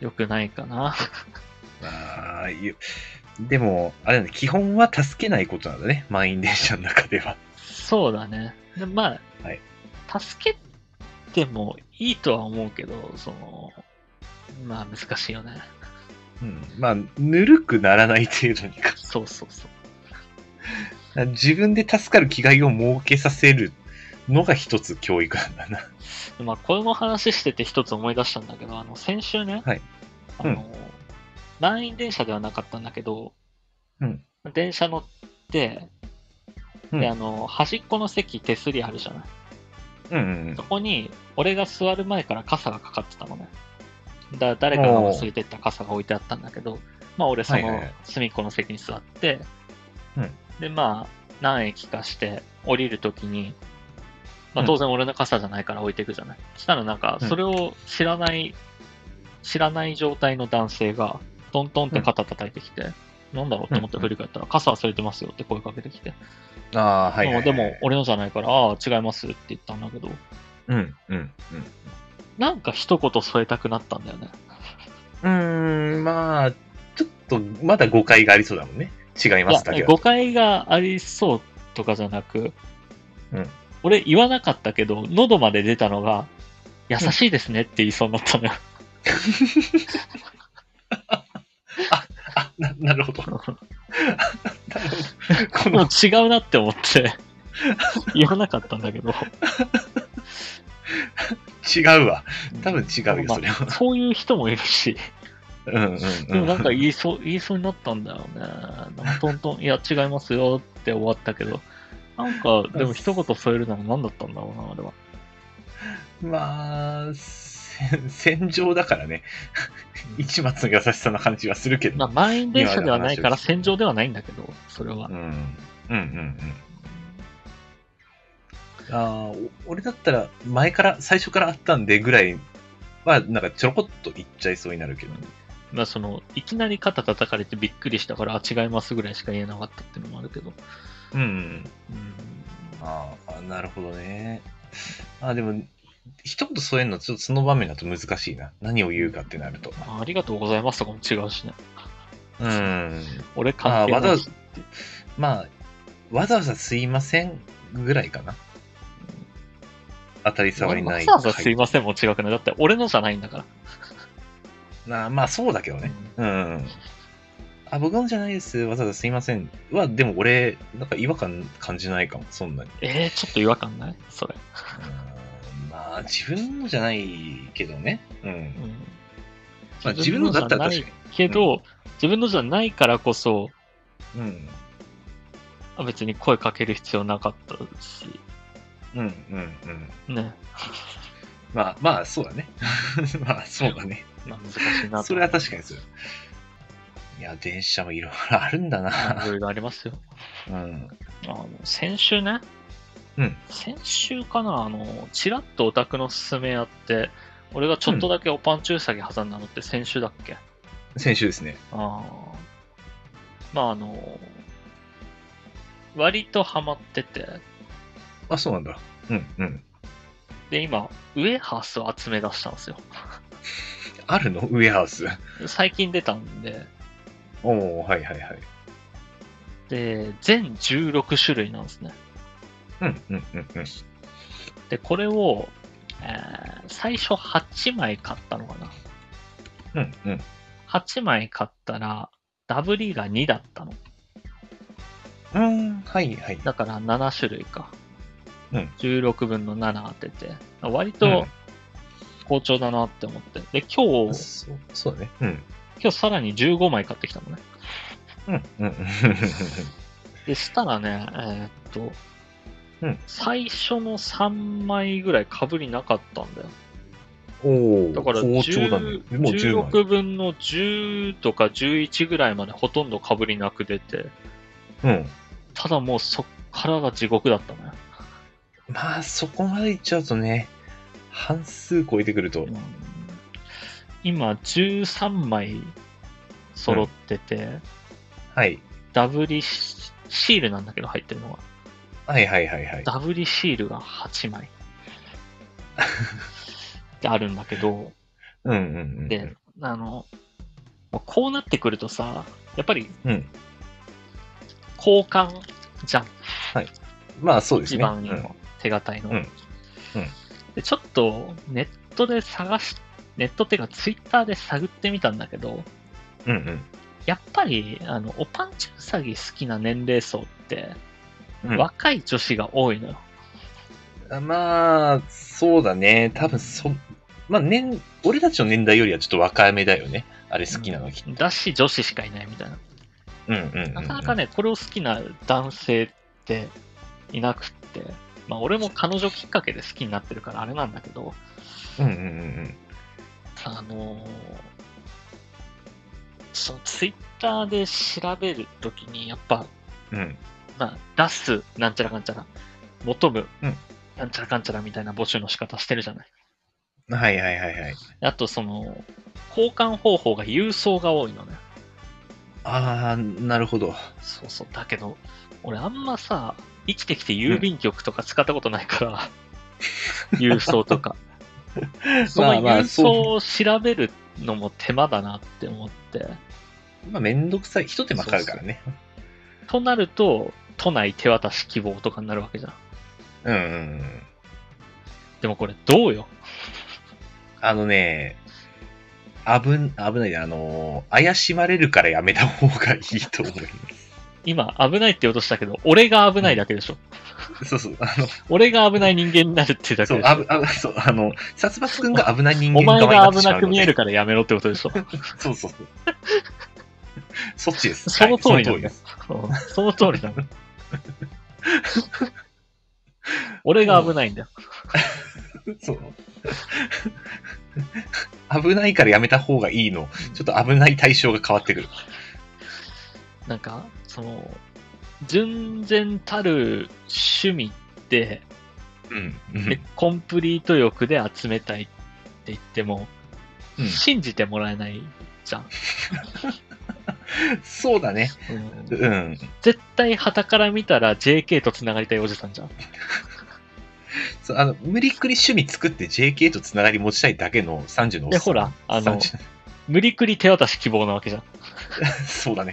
良くないかな。 ああ、いうでも、あれだね、基本は助けないことなんだね。満員電車の中では。そうだね。でまあ、はい助けてもいいとは思うけど、その、まあ難しいよね。うん、まあ、ぬるくならない程度に か。そうそうそう。自分で助かる気概を設けさせるのが一つ教育なんだな。でまあ、これの話してて一つ思い出したんだけど、あの、先週ね、はいあの、満員電車ではなかったんだけど、うん電車乗って、うんで、あの、端っこの席手すりあるじゃない。うんうんそこに、俺が座る前から傘がかかってたのね。だ誰かが忘れてった傘が置いてあったんだけど、まあ俺そはいはいのはい隅っこの席に座って、うんでまあ何駅かして降りるときに、まあうん当然俺の傘じゃないから置いていくじゃない。そしたらなんかうんそれを知らない、知らない状態の男性がトントンって肩叩いてきて、なんだろうって思って振り返ったら、傘忘れてますよって声かけてきて、うん。ああ、はいはい、はい。でも、俺のじゃないから、ああ違いますって言ったんだけど、うんうんうん。なんか一言添えたくなったんだよね。うーん、まあ、ちょっと、まだ誤解がありそうだもんね。違いますだいけや、ど誤。解がありそうとかじゃなく、うん俺言わなかったけど、喉まで出たのが、優しいですねって言いそうになったのよ。あな、なるほど。なるほど。こもうの、違うなって思って、言わなかったんだけど、違うわ。多分違うよ、まあそれは。そういう人もいるし、うんうんでもう。なんんか言いそう、言いそうになったんだよね。なんかトントン、いや違いますよって終わったけど、なんか、でも一言添えるのは何だったんだろうな、俺は。まあ、せ戦場だからね。一抹の優しさな感じはするけど。まあ、満員電車ではないから戦場ではないんだけど、それはう。ん、うんうんうんああお俺だったら前から最初からあったんでぐらいはなんかちょろこっと言っちゃいそうになるけど、まあその、いきなり肩叩かれてびっくりしたから、あ、違いますぐらいしか言えなかったっていうのもあるけど。うんうんうん。あーあなるほどねあーでも一言添えるのちょっとその場面だと難しいな何を言うかってなるとあありがとうございますとかも違うしね。うん俺関係ないし。まあわざわざすいませんぐらいかな当たり障りわないざわざすいませんも違くない。だって俺のじゃないんだから。あーまあそうだけどねうん。あ、僕のじゃないです。わざわざすいません。は、でも俺、なんか違和感感じないかも、そんなに。えー、ちょっと違和感ないそれ。うんまあ、自分のじゃないけどね。う。うんん。まあ、自分のだったら確かに。けど、自分のじゃないからこそ、うん。あ別に声かける必要なかったし、うん、うん、うん。ね。まあ、まあ、そうだね。 まあ、そうだね。まあ難しいなと。それは確かにそう。いや、電車もいろいろあるんだまあいな。ろいろありますよ。うん。あの先週ね、うん先週かな、あの、ちらっとオタクの勧めやって、俺がちょっとだけおパンチューサギ挟んだのって先週だっけ、先週ですね。ああ。まあ、あの、割とハマってて、あ、そうなんだ。うん、うん。で、今、ウエハースを集め出したんですよ。あるのウェハース。最近出たんで、おおはいはいはい。で、全16種類なんですね。うん、うん、うん、うん。で、これを、えー最初8枚買ったのかな。うん、うん。 8枚買ったら、ダブリが2だったの。うーん、はいはい。だから7種類か。うん16分の7当てて、割うんと好調だなって思って。で、今日、そうそうだね。うん。今日さらに15枚買ってきたのね。うん、うん、うん。でしたらね、えーっと、うん最初の3枚ぐらい被りなかったんだよ。おおだから好調だね。もう10 16分の10とか11ぐらいまでほとんど被りなく出て、枚。うん。ただもうそっからが地獄だったね。まあ、そこまでいっちゃうとね、半数超えてくると。今13枚揃ってて、はい。ダブリシシールなんだけど入ってるのは。はいはいはいはい。ダブリシールが8枚。ってあるんだけど、うんうんうん。で、あの、こうなってくるとさ、やっぱりうん。交換じゃん、まあそうです一ね。番いいの、手堅いの、うんうんで。ちょっとネットで探し、ネットっていうかツイッターで探ってみたんだけど、うんうんやっぱり、あの、おパンチウサギ好きな年齢層って、うん。うん若い女子が多いのよ。あまあ、そうだね。多分そ、まあ年、俺たちの年代よりはちょっと若めだよね。あれ好きなのき。だし、女子しかいないみたいな。うんうんうんうん。なかなかね、これを好きな男性っていなくって、まあ、俺も彼女きっかけで好きになってるからあれなんだけど、うんうんうんあのーそのツイッターで調べるときに、やっぱ、うん。うん。まあ、出す、なんちゃらかんちゃら、求む、うんなんちゃらかんちゃらみたいな募集の仕方してるじゃない。はいはいはいはい。あと、その、交換方法が郵送が多いのね。ああ、なるほど。そうそう。だけど、俺あんまさ、生きてきて郵便局とか使ったことないから、郵送とか。その まあまあ郵送を調べるのも手間だなって思って。まあめんどくさい。一手間かかるからね。となると、都内手渡し希望とかになるわけじゃん。うんうんうん。でもこれどうよあのね、危ん、危ないね。あのー、怪しまれるからやめた方がいいと思い今危ないって言おうとしたけど、俺が危ないだけでしょ。ます。そうそう。あの、俺が危ない人間になるってだけそう、でしあぶょ。、あぶ、そう、あの、殺伐くんが危ない人お間前が側になって危しまなうのくで見えるからやめろってことでしょ。そうそう そう。そっちです。その通りなんだでよす。。うんその通りなんだよ。俺が危ないんだよ。そう。危ないからやめた方がいいの。ちょっと危ない対象が変わってくる。なんか、その、純然たる趣味って、うん。でコンプリート欲で集めたいって言っても、うん信じてもらえないじゃん。そうだね。うんうん。絶対旗から見たら JK と繋がりたいおじさんじゃん。そうあの無理くり趣味作って JK とつながり持ちたいだけの30のおっさんで、ほら、あの、 30無理くり手渡し希望なわけじゃん。 そうだね。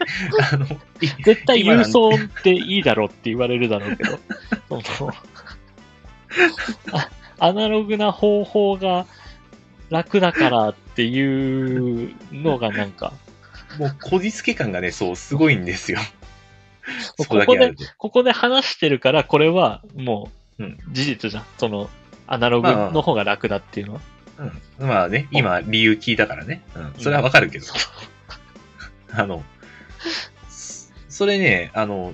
あの、い絶対今な郵んて送っていいだろうって言われるだろうけど、その あアナログな方法が楽だからっていうのがなんか、もう、こじつけ感がね、そう、すごいんですよ。こそここでだけやると。ここで話してるから、これはもううん事実じゃん。その、アナログの方が楽だっていうのは。うん。まあね、今、理由聞いたからね。うん。それはわかるけど。あの、そそれね、あの、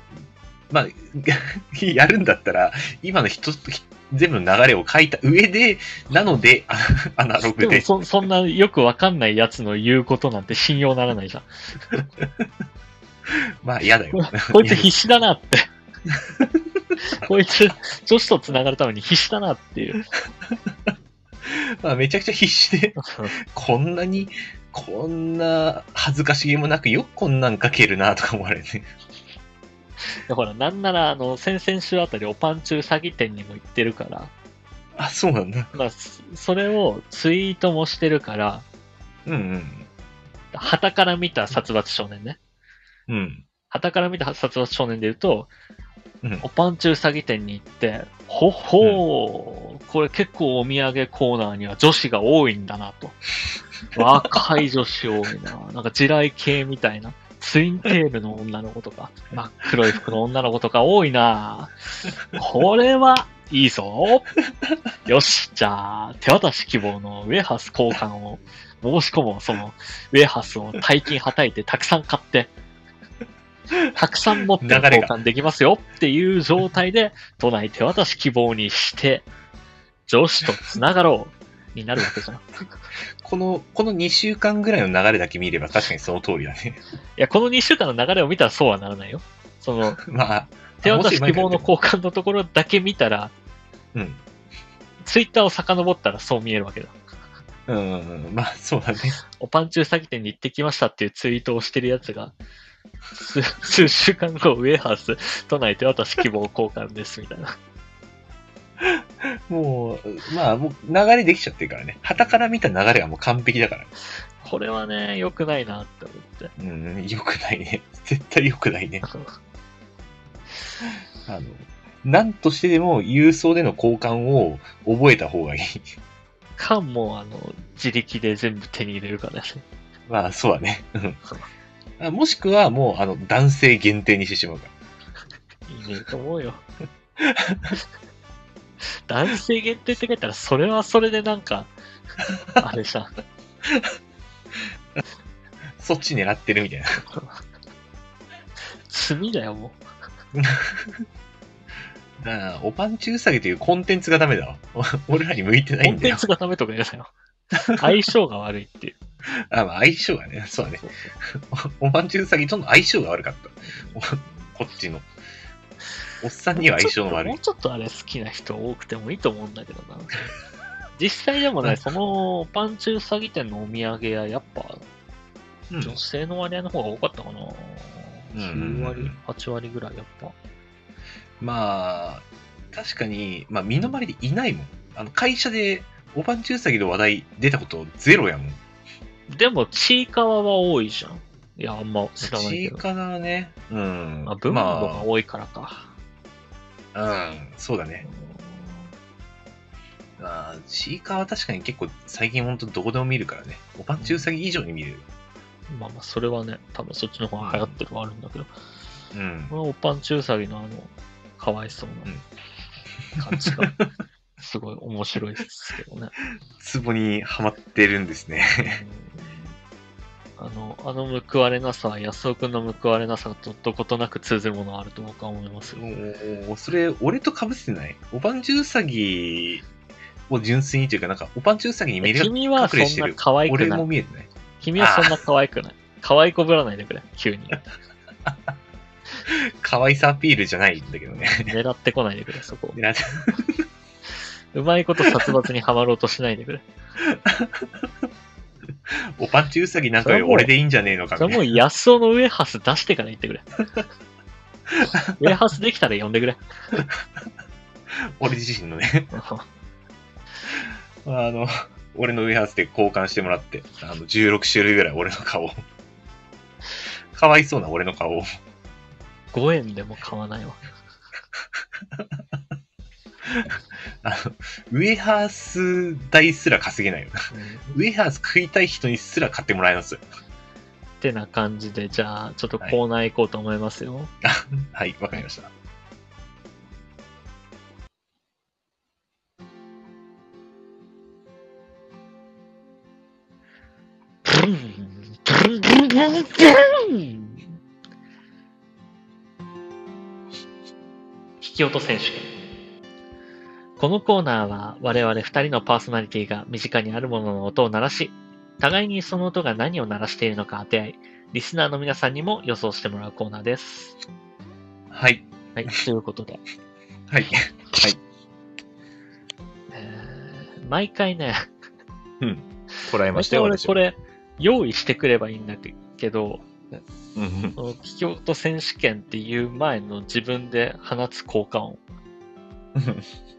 まあ、 やるんだったら、今の一つ、ひ全部の流れを書いた上で、なので、 あアナロでグもで。そ、そんなよくわかんないやつの言うことなんて信用ならないじゃん。まあ、嫌だよ。 こいつ必死だなって。こいつ、女子と繋がるために必死だなっていう。まあ、めちゃくちゃ必死で、こんなに、こんな恥ずかしげもなくよくこんなん書けるなとか思われるね。だから、なんなら、あの、先々週あたり、おパンチュー詐欺店にも行ってるから、 あ、そうなんだ。まあ、そそれをツイートもしてるから、うん旗から見た殺伐少年ね。うん。うん。旗から見た殺伐少年で言うと、うんおパンチュー詐欺店に行って、ほっほー、これ結構お土産コーナーには女子が多いんだな と。若い女子多いな。なんか地雷系みたいな。ツインテールの女の子とか、真っ黒い服の女の子とか多いな。これはいいぞ。 よし、じゃあ、手渡し希望のウェハース交換を申し込もう。その、ウェハースを大金はたいてたくさん買って、たくさん持って流れが交換できますよっていう状態で、都内手渡し希望にして、女子と繋がろうになるわけじゃん。いこの、この2週間ぐらいの流れだけ見れば確かにその通りだね。 や、この2週間の流れを見たらそうはならないよ。その、まあ、手渡し希望の子。交換のところだけ見たら、うん。ツイッターを遡ったらそう見えるわけだ。うんうんうん。まあ、そうだね。おパンチュー詐欺店に行ってきましたっていうツイートをしてるやつが、数 数週間後、ウェアハース、都内手渡し希望交換です、みたいな。もう、まあ、もう流れできちゃってるからね。旗から見た流れはもう完璧だから。これはね、良くないなって思って。うん、良くないね。絶対良くないね。あの、なんとしてでも郵送での交換を覚えた方がいい。 か、もう、あの、自力で全部手に入れるからね。まあ、そうだね。うんあもしくは、もう、あの、男性限定にしてしまうから。いいねと 思うよ。男性限定って書いたら、それはそれでなんか、あれ さ、そっち狙ってるみたいな。罪だよ、もう。ああおパンチウサギというコンテンツがダメだわ。お俺らに向いてないコんンだテよン。ツがダメとか言いなさいよ。相性が悪いっていう。あ、まあ、相性がね、そうだね。 おおパンチウサギとの相性が悪かった。 おこっちの。おっさんには相性の悪いもう。ちょっとあれ好きな人多くてもいいと思うんだけどな。実際でもね、そのパンチュー詐欺店のお土産屋、やっぱうん女性の割合の方が多かったかな。う9ん割、8割ぐらいやっぱ。まあ、確かに、まあ、身の回りでいないもん。あの会社で、おばんちゅうさぎの話題出たことゼロやもん。でも、ちいかわは多いじゃん。いや、あんま知らないちけいど。かなはね。うん。まあ、文房具が多いからか。まあ、うん、そうだね。まあ、ちいかは確かに結構最近ほんとどこでも見るからね。おばんちゅうさぎ以上に見れる。まあまあ、それはね、多分そっちの方が流行ってるはあるんだけど、うんこ。のおパンチューサギのあの、かわいそうな感じが、すごい面白いですけどね。ツボにはまってるんですね。 あの、あの報われなさ、安尾くんの報われなさとどことなく通ずるものがあると僕は思いますよ。おおそれ、俺と被ってない。おばんちゅうさぎを純粋にというか、なんか、おばんちゅうさぎに見れる。君はそんな可愛く俺なもい。見えてない。君はそんな可愛くない。可愛いこぶらないでくれ、急 に。可愛さアピールじゃないんだけどね。 狙ってこないでくれ、そこ。でなんかうまいこと殺伐にはまろうとしないでくれ。おパンチウサギなんかより俺でいいんじゃねえのかそみれたもうい安尾のウエハース出してから言ってく れ。ウエハースできたら呼んでくれ。 な。俺自身のね。あの、俺のウェハースで交換してもらって、あの、16種類ぐらい俺の顔を。かわいそうな俺の顔を。 5円でも買わないわ。あの、ウェハース代すら稼げないよ。うんウェハース食いたい人にすら買ってもらえます。ってな感じで、じゃあ、ちょっとコーナー行こうと思いますよ。はい、わかりました。ブルンブルンブルンブルンブルン引き落と選手権このコーナーは我々2人のパーソナリティが身近にあるものの音を鳴らし互いにその音が何を鳴らしているのか当て合いリスナーの皆さんにも予想してもらうコーナーです。はい。 はい、ということではい。はい。えー毎回ね、捉えま毎した回よ、俺私こ。はれ、用意してくればいいんだけど、うんうん その企業と選手権っていう前の自分で放つ効果音。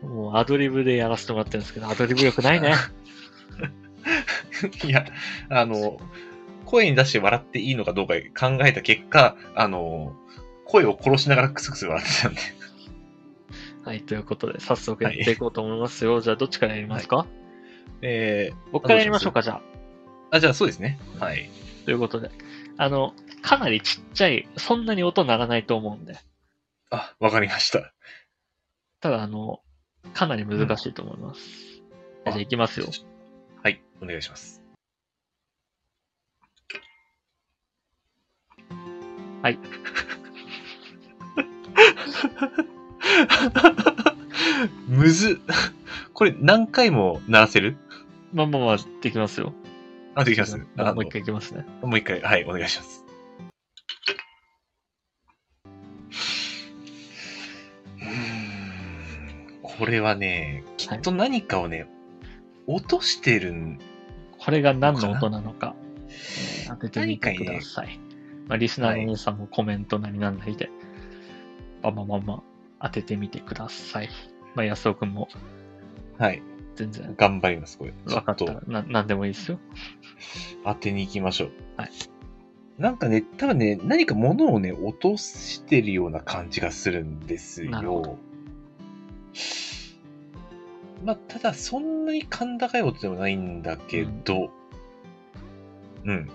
もうアドリブでやらせてもらってるんですけど、アドリブ力ないね。いや、あの、声に出して笑っていいのかどうか考えた結果、あの、声を殺しながらクスクス笑ってたんで。 はい、ということで、早速やっていこうと思いますよ。じゃあ、どっちからやりますか、えー、僕からやりましょうか、じゃあ。あ、じゃあそうですね。はい。ということで。あの、かなりちっちゃい、そんなに音鳴らないと思うんで。あ、わかりました。ただ、あの、かなり難しいと思います。じうんゃあ、いきますよ。はい、お願いします。はい。 むずっ。これ何回も鳴らせるまあまあまあ、できますよ。あ、できます。あもう一回いきますね。もう一回、はい、お願いします。うーんこれはね、きっと何かをね、落としてるん、これが何の音なのか、えー当ててみて何かくねださい。まあ、リスナーの皆さんもコメントなりなんなりで、バンバンバンバン当ててみてください。まあ、安尾くんもはい、全然頑張ります、これ。ちょ分かっったとらな何でもいいですよ。当てに行きましょう。はい。なんかね、多分ね、何か物をね、落としてるような感じがするんですなるほよ。まあ、ただ、そんなに甲高い音でもないんだけど、うん。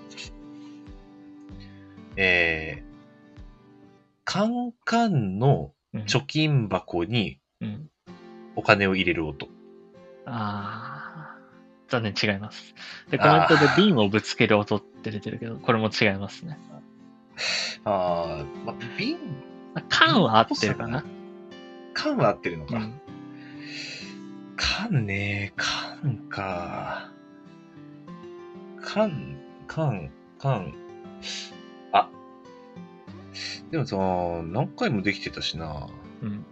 えー、カンカンのうん、貯金箱にうん。お金を入れる音。あー残念違います。で、コメントであー瓶をぶつける音って出てるけど、これも違いますね。あー、まあ、瓶、あ缶は合ってるかな。缶は合ってるのか。うん缶ね、缶か。缶、缶、缶。あ。でもさ、何回もできてたしな。うん。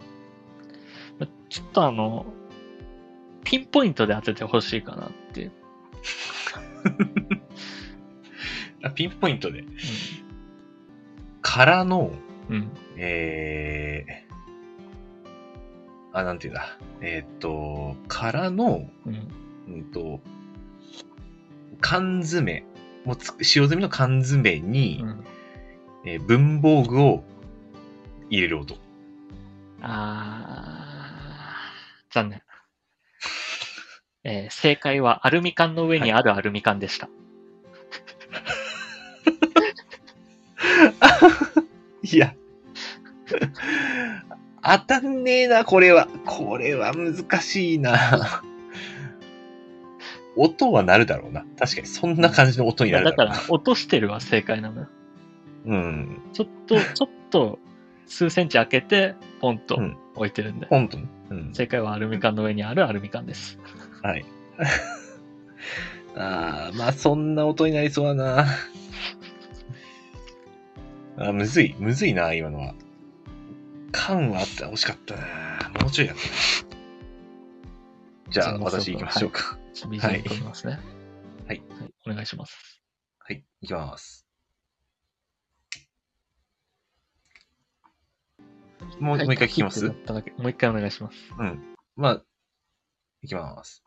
まちょっとあの、ピンポイントで当ててほしいかなっていう。あ、ピンポイントで。からの、うん。うんえー、あ、なんていうんだ。えーっと、からの、うん。うんと、缶詰、もうつく使用済みの缶詰に、うん。えー文房具を入れる音。あー、残念。 えー正解はアルミ缶の上にあるアルミ缶でした。いや。当たんねえな、これは。これは難しいな。音は鳴るだろうな。確かに、そんな感じの音にいなやだるだかろうな。ら、落としてるは正解なのよ。うん。ちょっ と、ちょっと、数センチ開けて、ポンとうん置いてるんで。本当に。うん。正解はアルミ缶の上にあるアルミ缶です。はい。ああ、まあ、そんな音になりそうだな。あーむずい。むずいな、今のは。缶はあった。惜しかったな。もうちょいやったな。じゃあ、私行きましょうか。ちょっとビジュアル撮りますね。はい。お願いします。はい、いきます。もう、はいもう一回聞きます切ってだっただけもう一回お願いします。うん。まあ、いきます。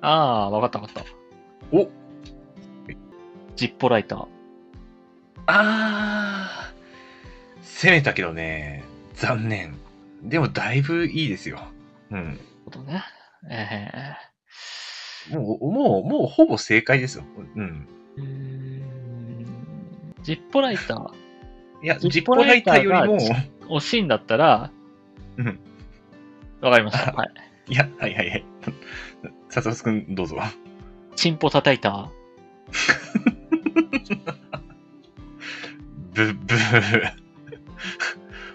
ああ、わかったわかった。おジッポライター。あー攻めたけどね、残念。でも、だいぶいいですよ。うん。ことね。えもう、もう、もうほぼ正解ですよ。うん。えうーん。ジッポライターいや、ジジッッポポラライイタターーがよりも、惜しいんだったら、うん。わかりま した。はい。いや、はいはい はい。さとすくん、どうぞ。チンポ叩いた。ブッブー。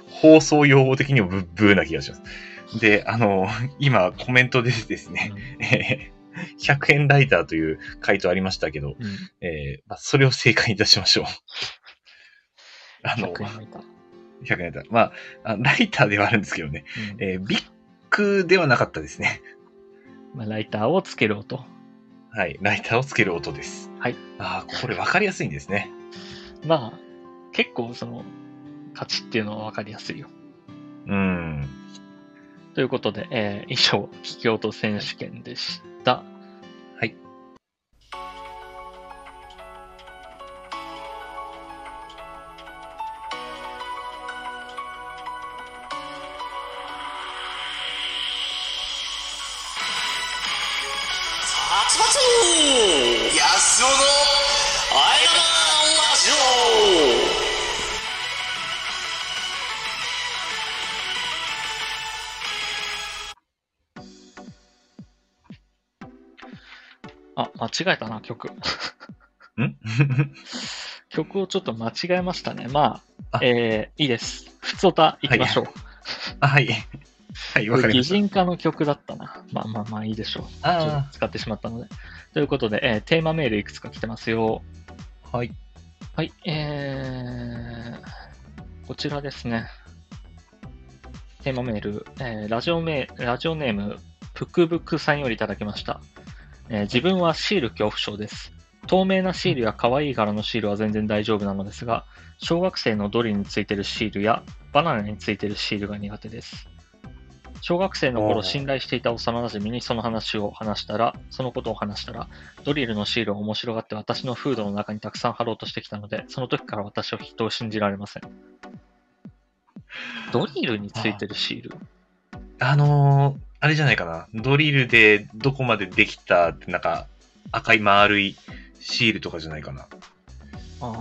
放送用語的にもブッブーな気がします。で、あの、今コメントでですね、 えー100円ライターという回答ありましたけど、うんうんえーまあ、それを正解いたしましょう。 あの、 100円みたい。 100円だった。まあ、あライターではあるんですけどね。うんえービッグではなかったですね。まあ、ライターをつける音。はい。ライターをつける音です。はい。ああ、これ分かりやすいんですね。まあ、結構その、価値っていうのは分かりやすいよ。うん。ということで、えー以上、聞き音選手権でした。はい。松松安尾のあえラジオあ、間違えたな、曲。ん 曲をちょっと間違えましたね。まあ、あえーいいです。普通歌行きましょう。あはい。はい、分かり擬ました。人化の曲だったな。まあまあまあいいでしょう。ちょっあと使ってしまったので。ということで、えーテーマメールいくつか来てますよ。あ、はい。はい、えー、こちらですね。テーマメール、えーラジオメラジオネーム、ぷくぶくさんよりいただきました、えー自分はシール恐怖症です。透明なシールや可愛い柄のシールは全然大丈夫なのですが、小学生のドリルについてるシールやバナナについてるシールが苦手です。小学生のお頃ー信頼していた幼馴染にその話を話したら、そのことを話したら、ドリルのシールを面白がって私のフードの中にたくさん貼ろうとしてきたので、その時から私は人を信じられません。ドリルについてるシールあのー、あれじゃないかな。ドリルでどこまでできたって、なんか、赤い丸いシールとかじゃないかな。あ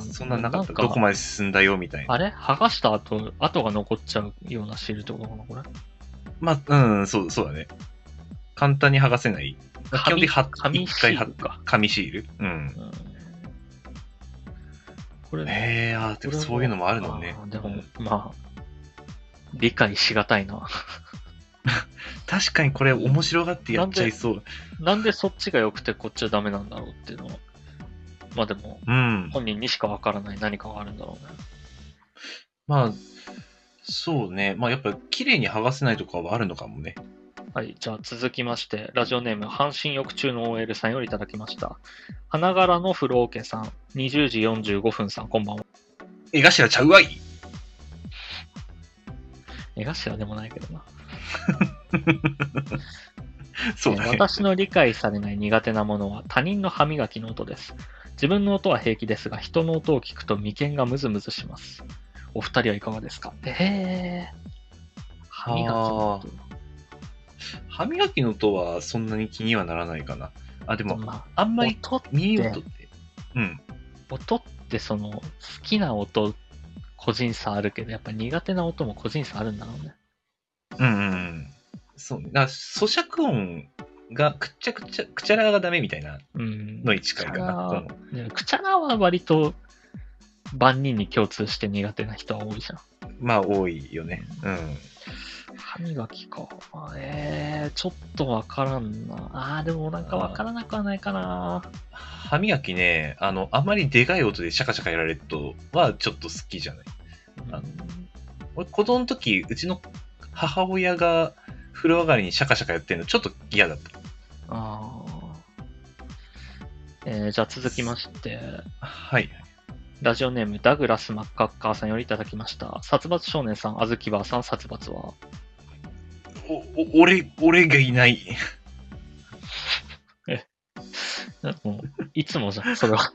ーそんなんなかった。どこまで進んだよ、みたいな。あれ剥がした後、跡が残っちゃうようなシールってことかなこれ。まあ、うん、そう、そうだね。簡単に剥がせない。基本的に貼っ紙一回貼っ紙シールか紙シールうん。うんこれ、へえ、あーでこれもはそういうのもあるのねあ。ーでも、まあ、理解しがたいな。確かにこれ面白がってやっちゃいそう。なんでそっちが良くてこっちはダメなんだろうっていうのは。まあでも、うん。本人にしかわからない何かがあるんだろうね。まあ、そうね。まあ、やっぱ綺麗に剥がせないとかはあるのかもね。はい、じゃあ続きまして、ラジオネーム、半身浴中の OL さんよりいただきました。花柄のフローケさん、20時45分さん、こんばんは。えがしらちゃうわい 江頭でもないけどな。そうだえーね。私の理解されない苦手なものは他人の歯磨きの音です。自分の音は平気ですが、人の音を聞くと眉間がムズムズします。お二人はいかがですかえー、歯磨きの音。歯磨きの音はそんなに気にはならないかな。あ、でも、まああ、んまり音っ耳をて取って。うん。音ってその好きな音個人差あるけどやっぱ苦手な音も個人差あるんだろうねうんうんうん。そうね。だから咀嚼音がくっちゃくちゃ、くちゃらがダメみたいなうんのに近いかな。うんなくちゃらは割と万人に共通して苦手な人は多いじゃんまあ、多いよね。うん。歯磨きかえー、ちょっとわからんなあーでもなんかわからなくはないかな歯磨きね、あの、あまりでかい音でシャカシャカやられるとはちょっと好きじゃない。うんあの俺、子供の時、うちの母親が風呂上がりにシャカシャカやってるのちょっと嫌だった。あーえーじゃあ続きましてはい。ラジオネーム、ダグラス・マッカッカーさんよりいただきました。殺伐少年さん、あずきばあさん、殺伐は。お、お俺、俺がいない。もういつもじゃん、それは。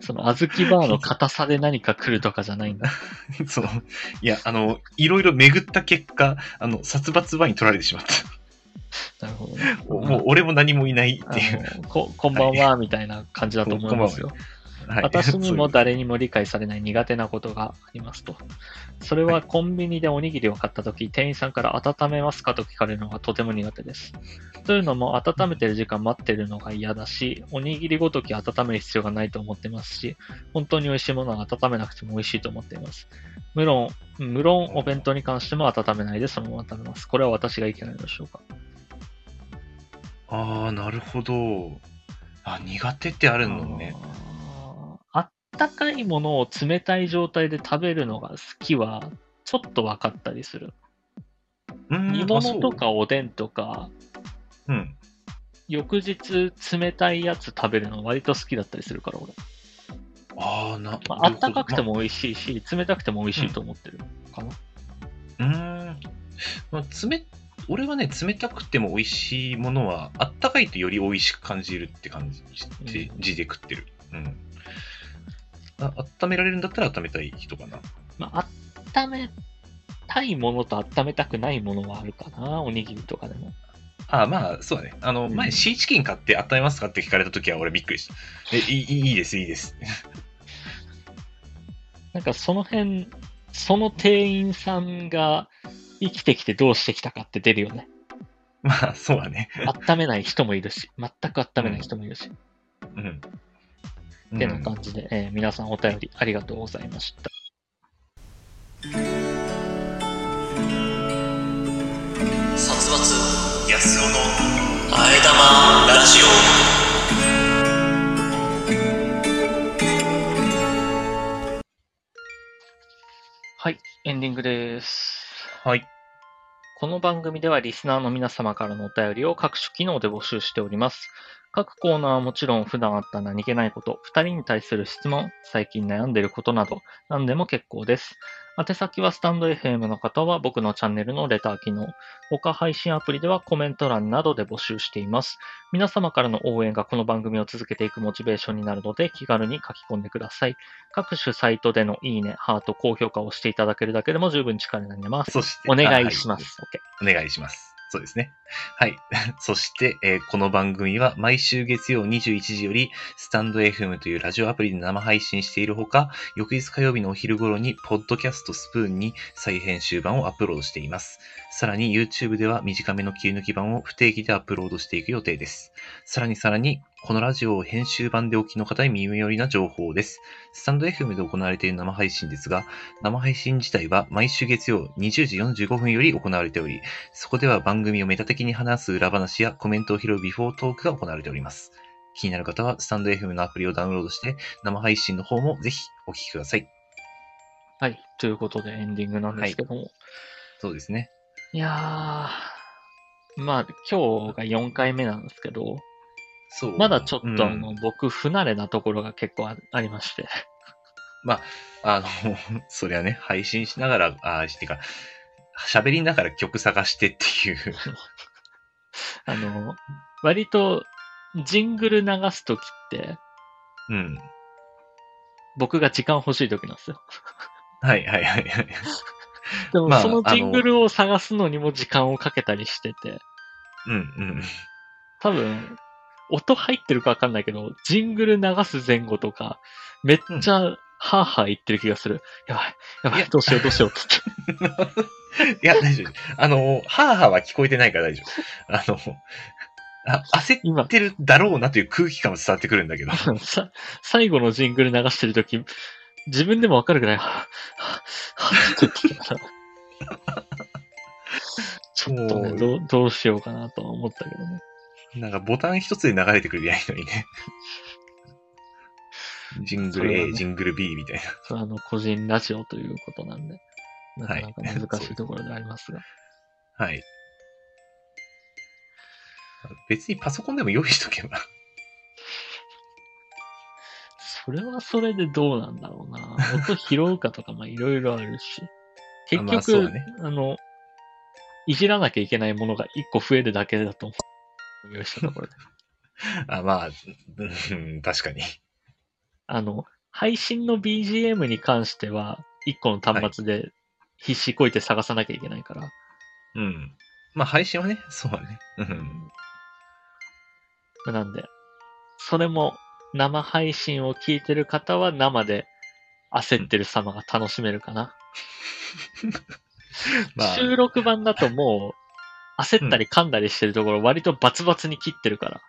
その、あずきバーの硬さで何か来るとかじゃないんだ。 その、いや、あの、いろいろ巡った結果、あの、殺伐場に取られてしまっ た。なるほどね。おもう、俺も何もいないっていう。あのここんばんは、みたいな感じだと思いますよ。はい 私にもそう誰にも理解されない苦手なことがありますと。それはコンビニでおにぎりを買ったとき、店員さんから温めますかと聞かれるのがとても苦手です。というのも、温めてる時間待ってるのが嫌だし、おにぎりごとき温める必要がないと思ってますし、本当に美味しいものは温めなくても美味しいと思っています。無論、無論お弁当に関しても温めないでそのまま食べます。これは私がいけないのでしょうか。ああ、なるほど。あ、苦手ってあるのね。あーあったかいものを冷たい状態で食べるのが好きは、ちょっと分かったりする。うん煮あそ物うとかおでんとか、うん。翌日冷たいやつ食べるの割と好きだったりするから、俺。ああ、な、まあ、あったかくても美味しいし、冷たくても美味しいと思ってるかな。うーん、まあ、冷俺はね冷たくても美味しいものはあったかいとより美味しく感じるって感じでう字で食ってる、うん、あ温められるんだったら温めたい人かなまあ、温めたいものと温めたくないものはあるかな、おにぎりとかでも。あまあそうだねあうの、ん前シーチキン買って温めますかって聞かれた時は俺びっくりしたえいいいいですいいです なんかその辺、その店員さんが生きてきてどうしてきたかって出るよね。まあそうだね温めない人もいるし、全く温めない人もいるし。うんってな感じで、えー皆さんお便りありがとうございました。殺伐安男のあえ玉ラジオはい、エンディングです。うんはいこの番組ではリスナーの皆様からのお便りを各種機能で募集しております。各コーナーはもちろん普段あった何気ないこと、2人に対する質問、最近悩んでいることなど、何でも結構です。宛先はスタンド FM の方は僕のチャンネルのレター機能、他配信アプリではコメント欄などで募集しています。皆様からの応援がこの番組を続けていくモチベーションになるので気軽に書き込んでください。各種サイトでのいいね、ハート、高評価を押していただけるだけでも十分力になります。そしておあは願いします。OK お願いします。そうですね。はい。 そして、えーこの番組は毎週月曜21時より、スタンド FM というラジオアプリで生配信しているほか、翌日火曜日のお昼頃に、ポッドキャストスプーンに再編集版をアップロードしています。さらに YouTube では短めの切り抜き版を不定期でアップロードしていく予定です。さらにさらに、このラジオを編集版でお聞きの方に耳寄りな情報です。スタンド FM で行われている生配信ですが、生配信自体は毎週月曜20時45分より行われており、そこでは番組をメタ的に話す裏話やコメントを拾うビフォートークが行われております。気になる方はスタンド FM のアプリをダウンロードして、生配信の方もぜひお聞きください。はい。ということでエンディングなんですけども。い、そうですね。やー、まあ今日が4回目なんですけど、そう。まだちょっうんとあの、僕不慣れなところが結構あありまして。 あの、 そりゃね、配信しながら、ああ、してか、喋りながら曲探してっていう。 あの、割とジングル流すときって、うん。僕が時間欲しいときなんですよ。はいはいはいはい。でもまあそのジングルを探すのにも時間をかけたりしてて、うんうん。多分、音入ってるかわかんないけど、ジングル流す前後とか、めっちゃ、ハーハー言ってる気がする。やばい、やばいい、やどうしよう、どうしようって言って。いや、大丈夫。あの、はーはーは聞こえてないから大丈夫。あの、あ焦今 っ、てるだろうなという空気感も伝わってくるんだけど。さ最後のジングル流してるとき、自分でもわかるぐらい、はぁはぁはぁって言って たからちょっとねもうどう、どうしようかなとは思ったけどね。なんかボタン一つで流れてくるやりと りね。ジングそれはルね A、ジングル B みたいな。それはあの、個人ラジオということなんで、なかなかはい難しいところではありますが。はい。別にパソコンでも用意しとけば。 それはそれでどうなんだ ろうな。音拾うかとか、まあいろいろあるし。結まあそう局、あだねの、いじらなきゃいけないものが一個増えるだけだと思う。用意したところ で。あ、まあ、うん、確かに。あの、配信の BGM に関しては、一個の端末で必死こいて探さなきゃいけないから。うん。まあ配信はね、そうだね。うん。なんで、それも生配信を聞いてる方は生で焦ってる様が楽しめるかな。まあ、収録版だともう、焦ったり噛んだりしてるところ、割とバツバツに切ってるから。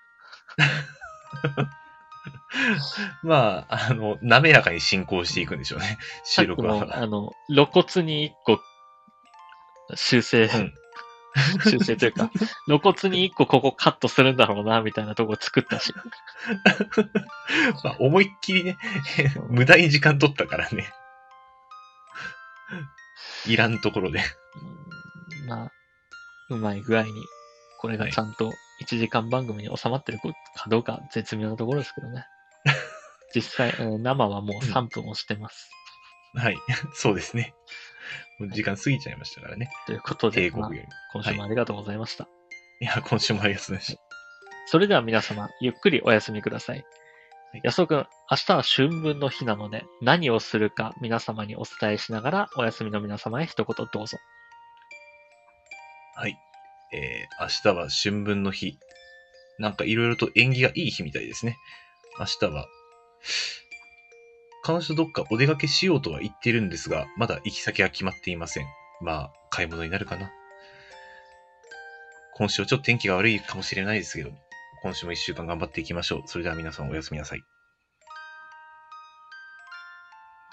まあ、あの、滑らかに進行していくんでしょうね。さっ収き録も、あ は。の、露骨に一個修正うん修正という か、露骨に一個ここカットするんだろうな、みたいなとこ作ったし。まあ、思いっきりね、 無駄に時間取ったからね。いらんところで。うんまあ、うまい具合に、これがちゃんと1時間番組に収まってるかどうか絶妙なところですけど ね。実際、うん生はもう3分押してます。はい。 そうですね。もう時間過ぎちゃいましたからね。ということで帝、国まあよりも。今週もありがとうございました。いや、今週もありがとうございました。それでは皆様、ゆっくりお休みくださいはい。安尾くん、明日は春分の日なので、何をするか皆様にお伝えしながら、お休みの皆様へ一言どうぞ。はい。えー、明日は春分の日。なんかいろいろと縁起がいい日みたいですね。明日は、彼女とどっかお出かけしようとは言ってるんですが、まだ行き先は決まっていません。まあ、買い物になるかな。今週はちょっと天気が悪いかもしれないですけど、今週も一週間頑張っていきましょう。それでは皆さんおやすみなさい。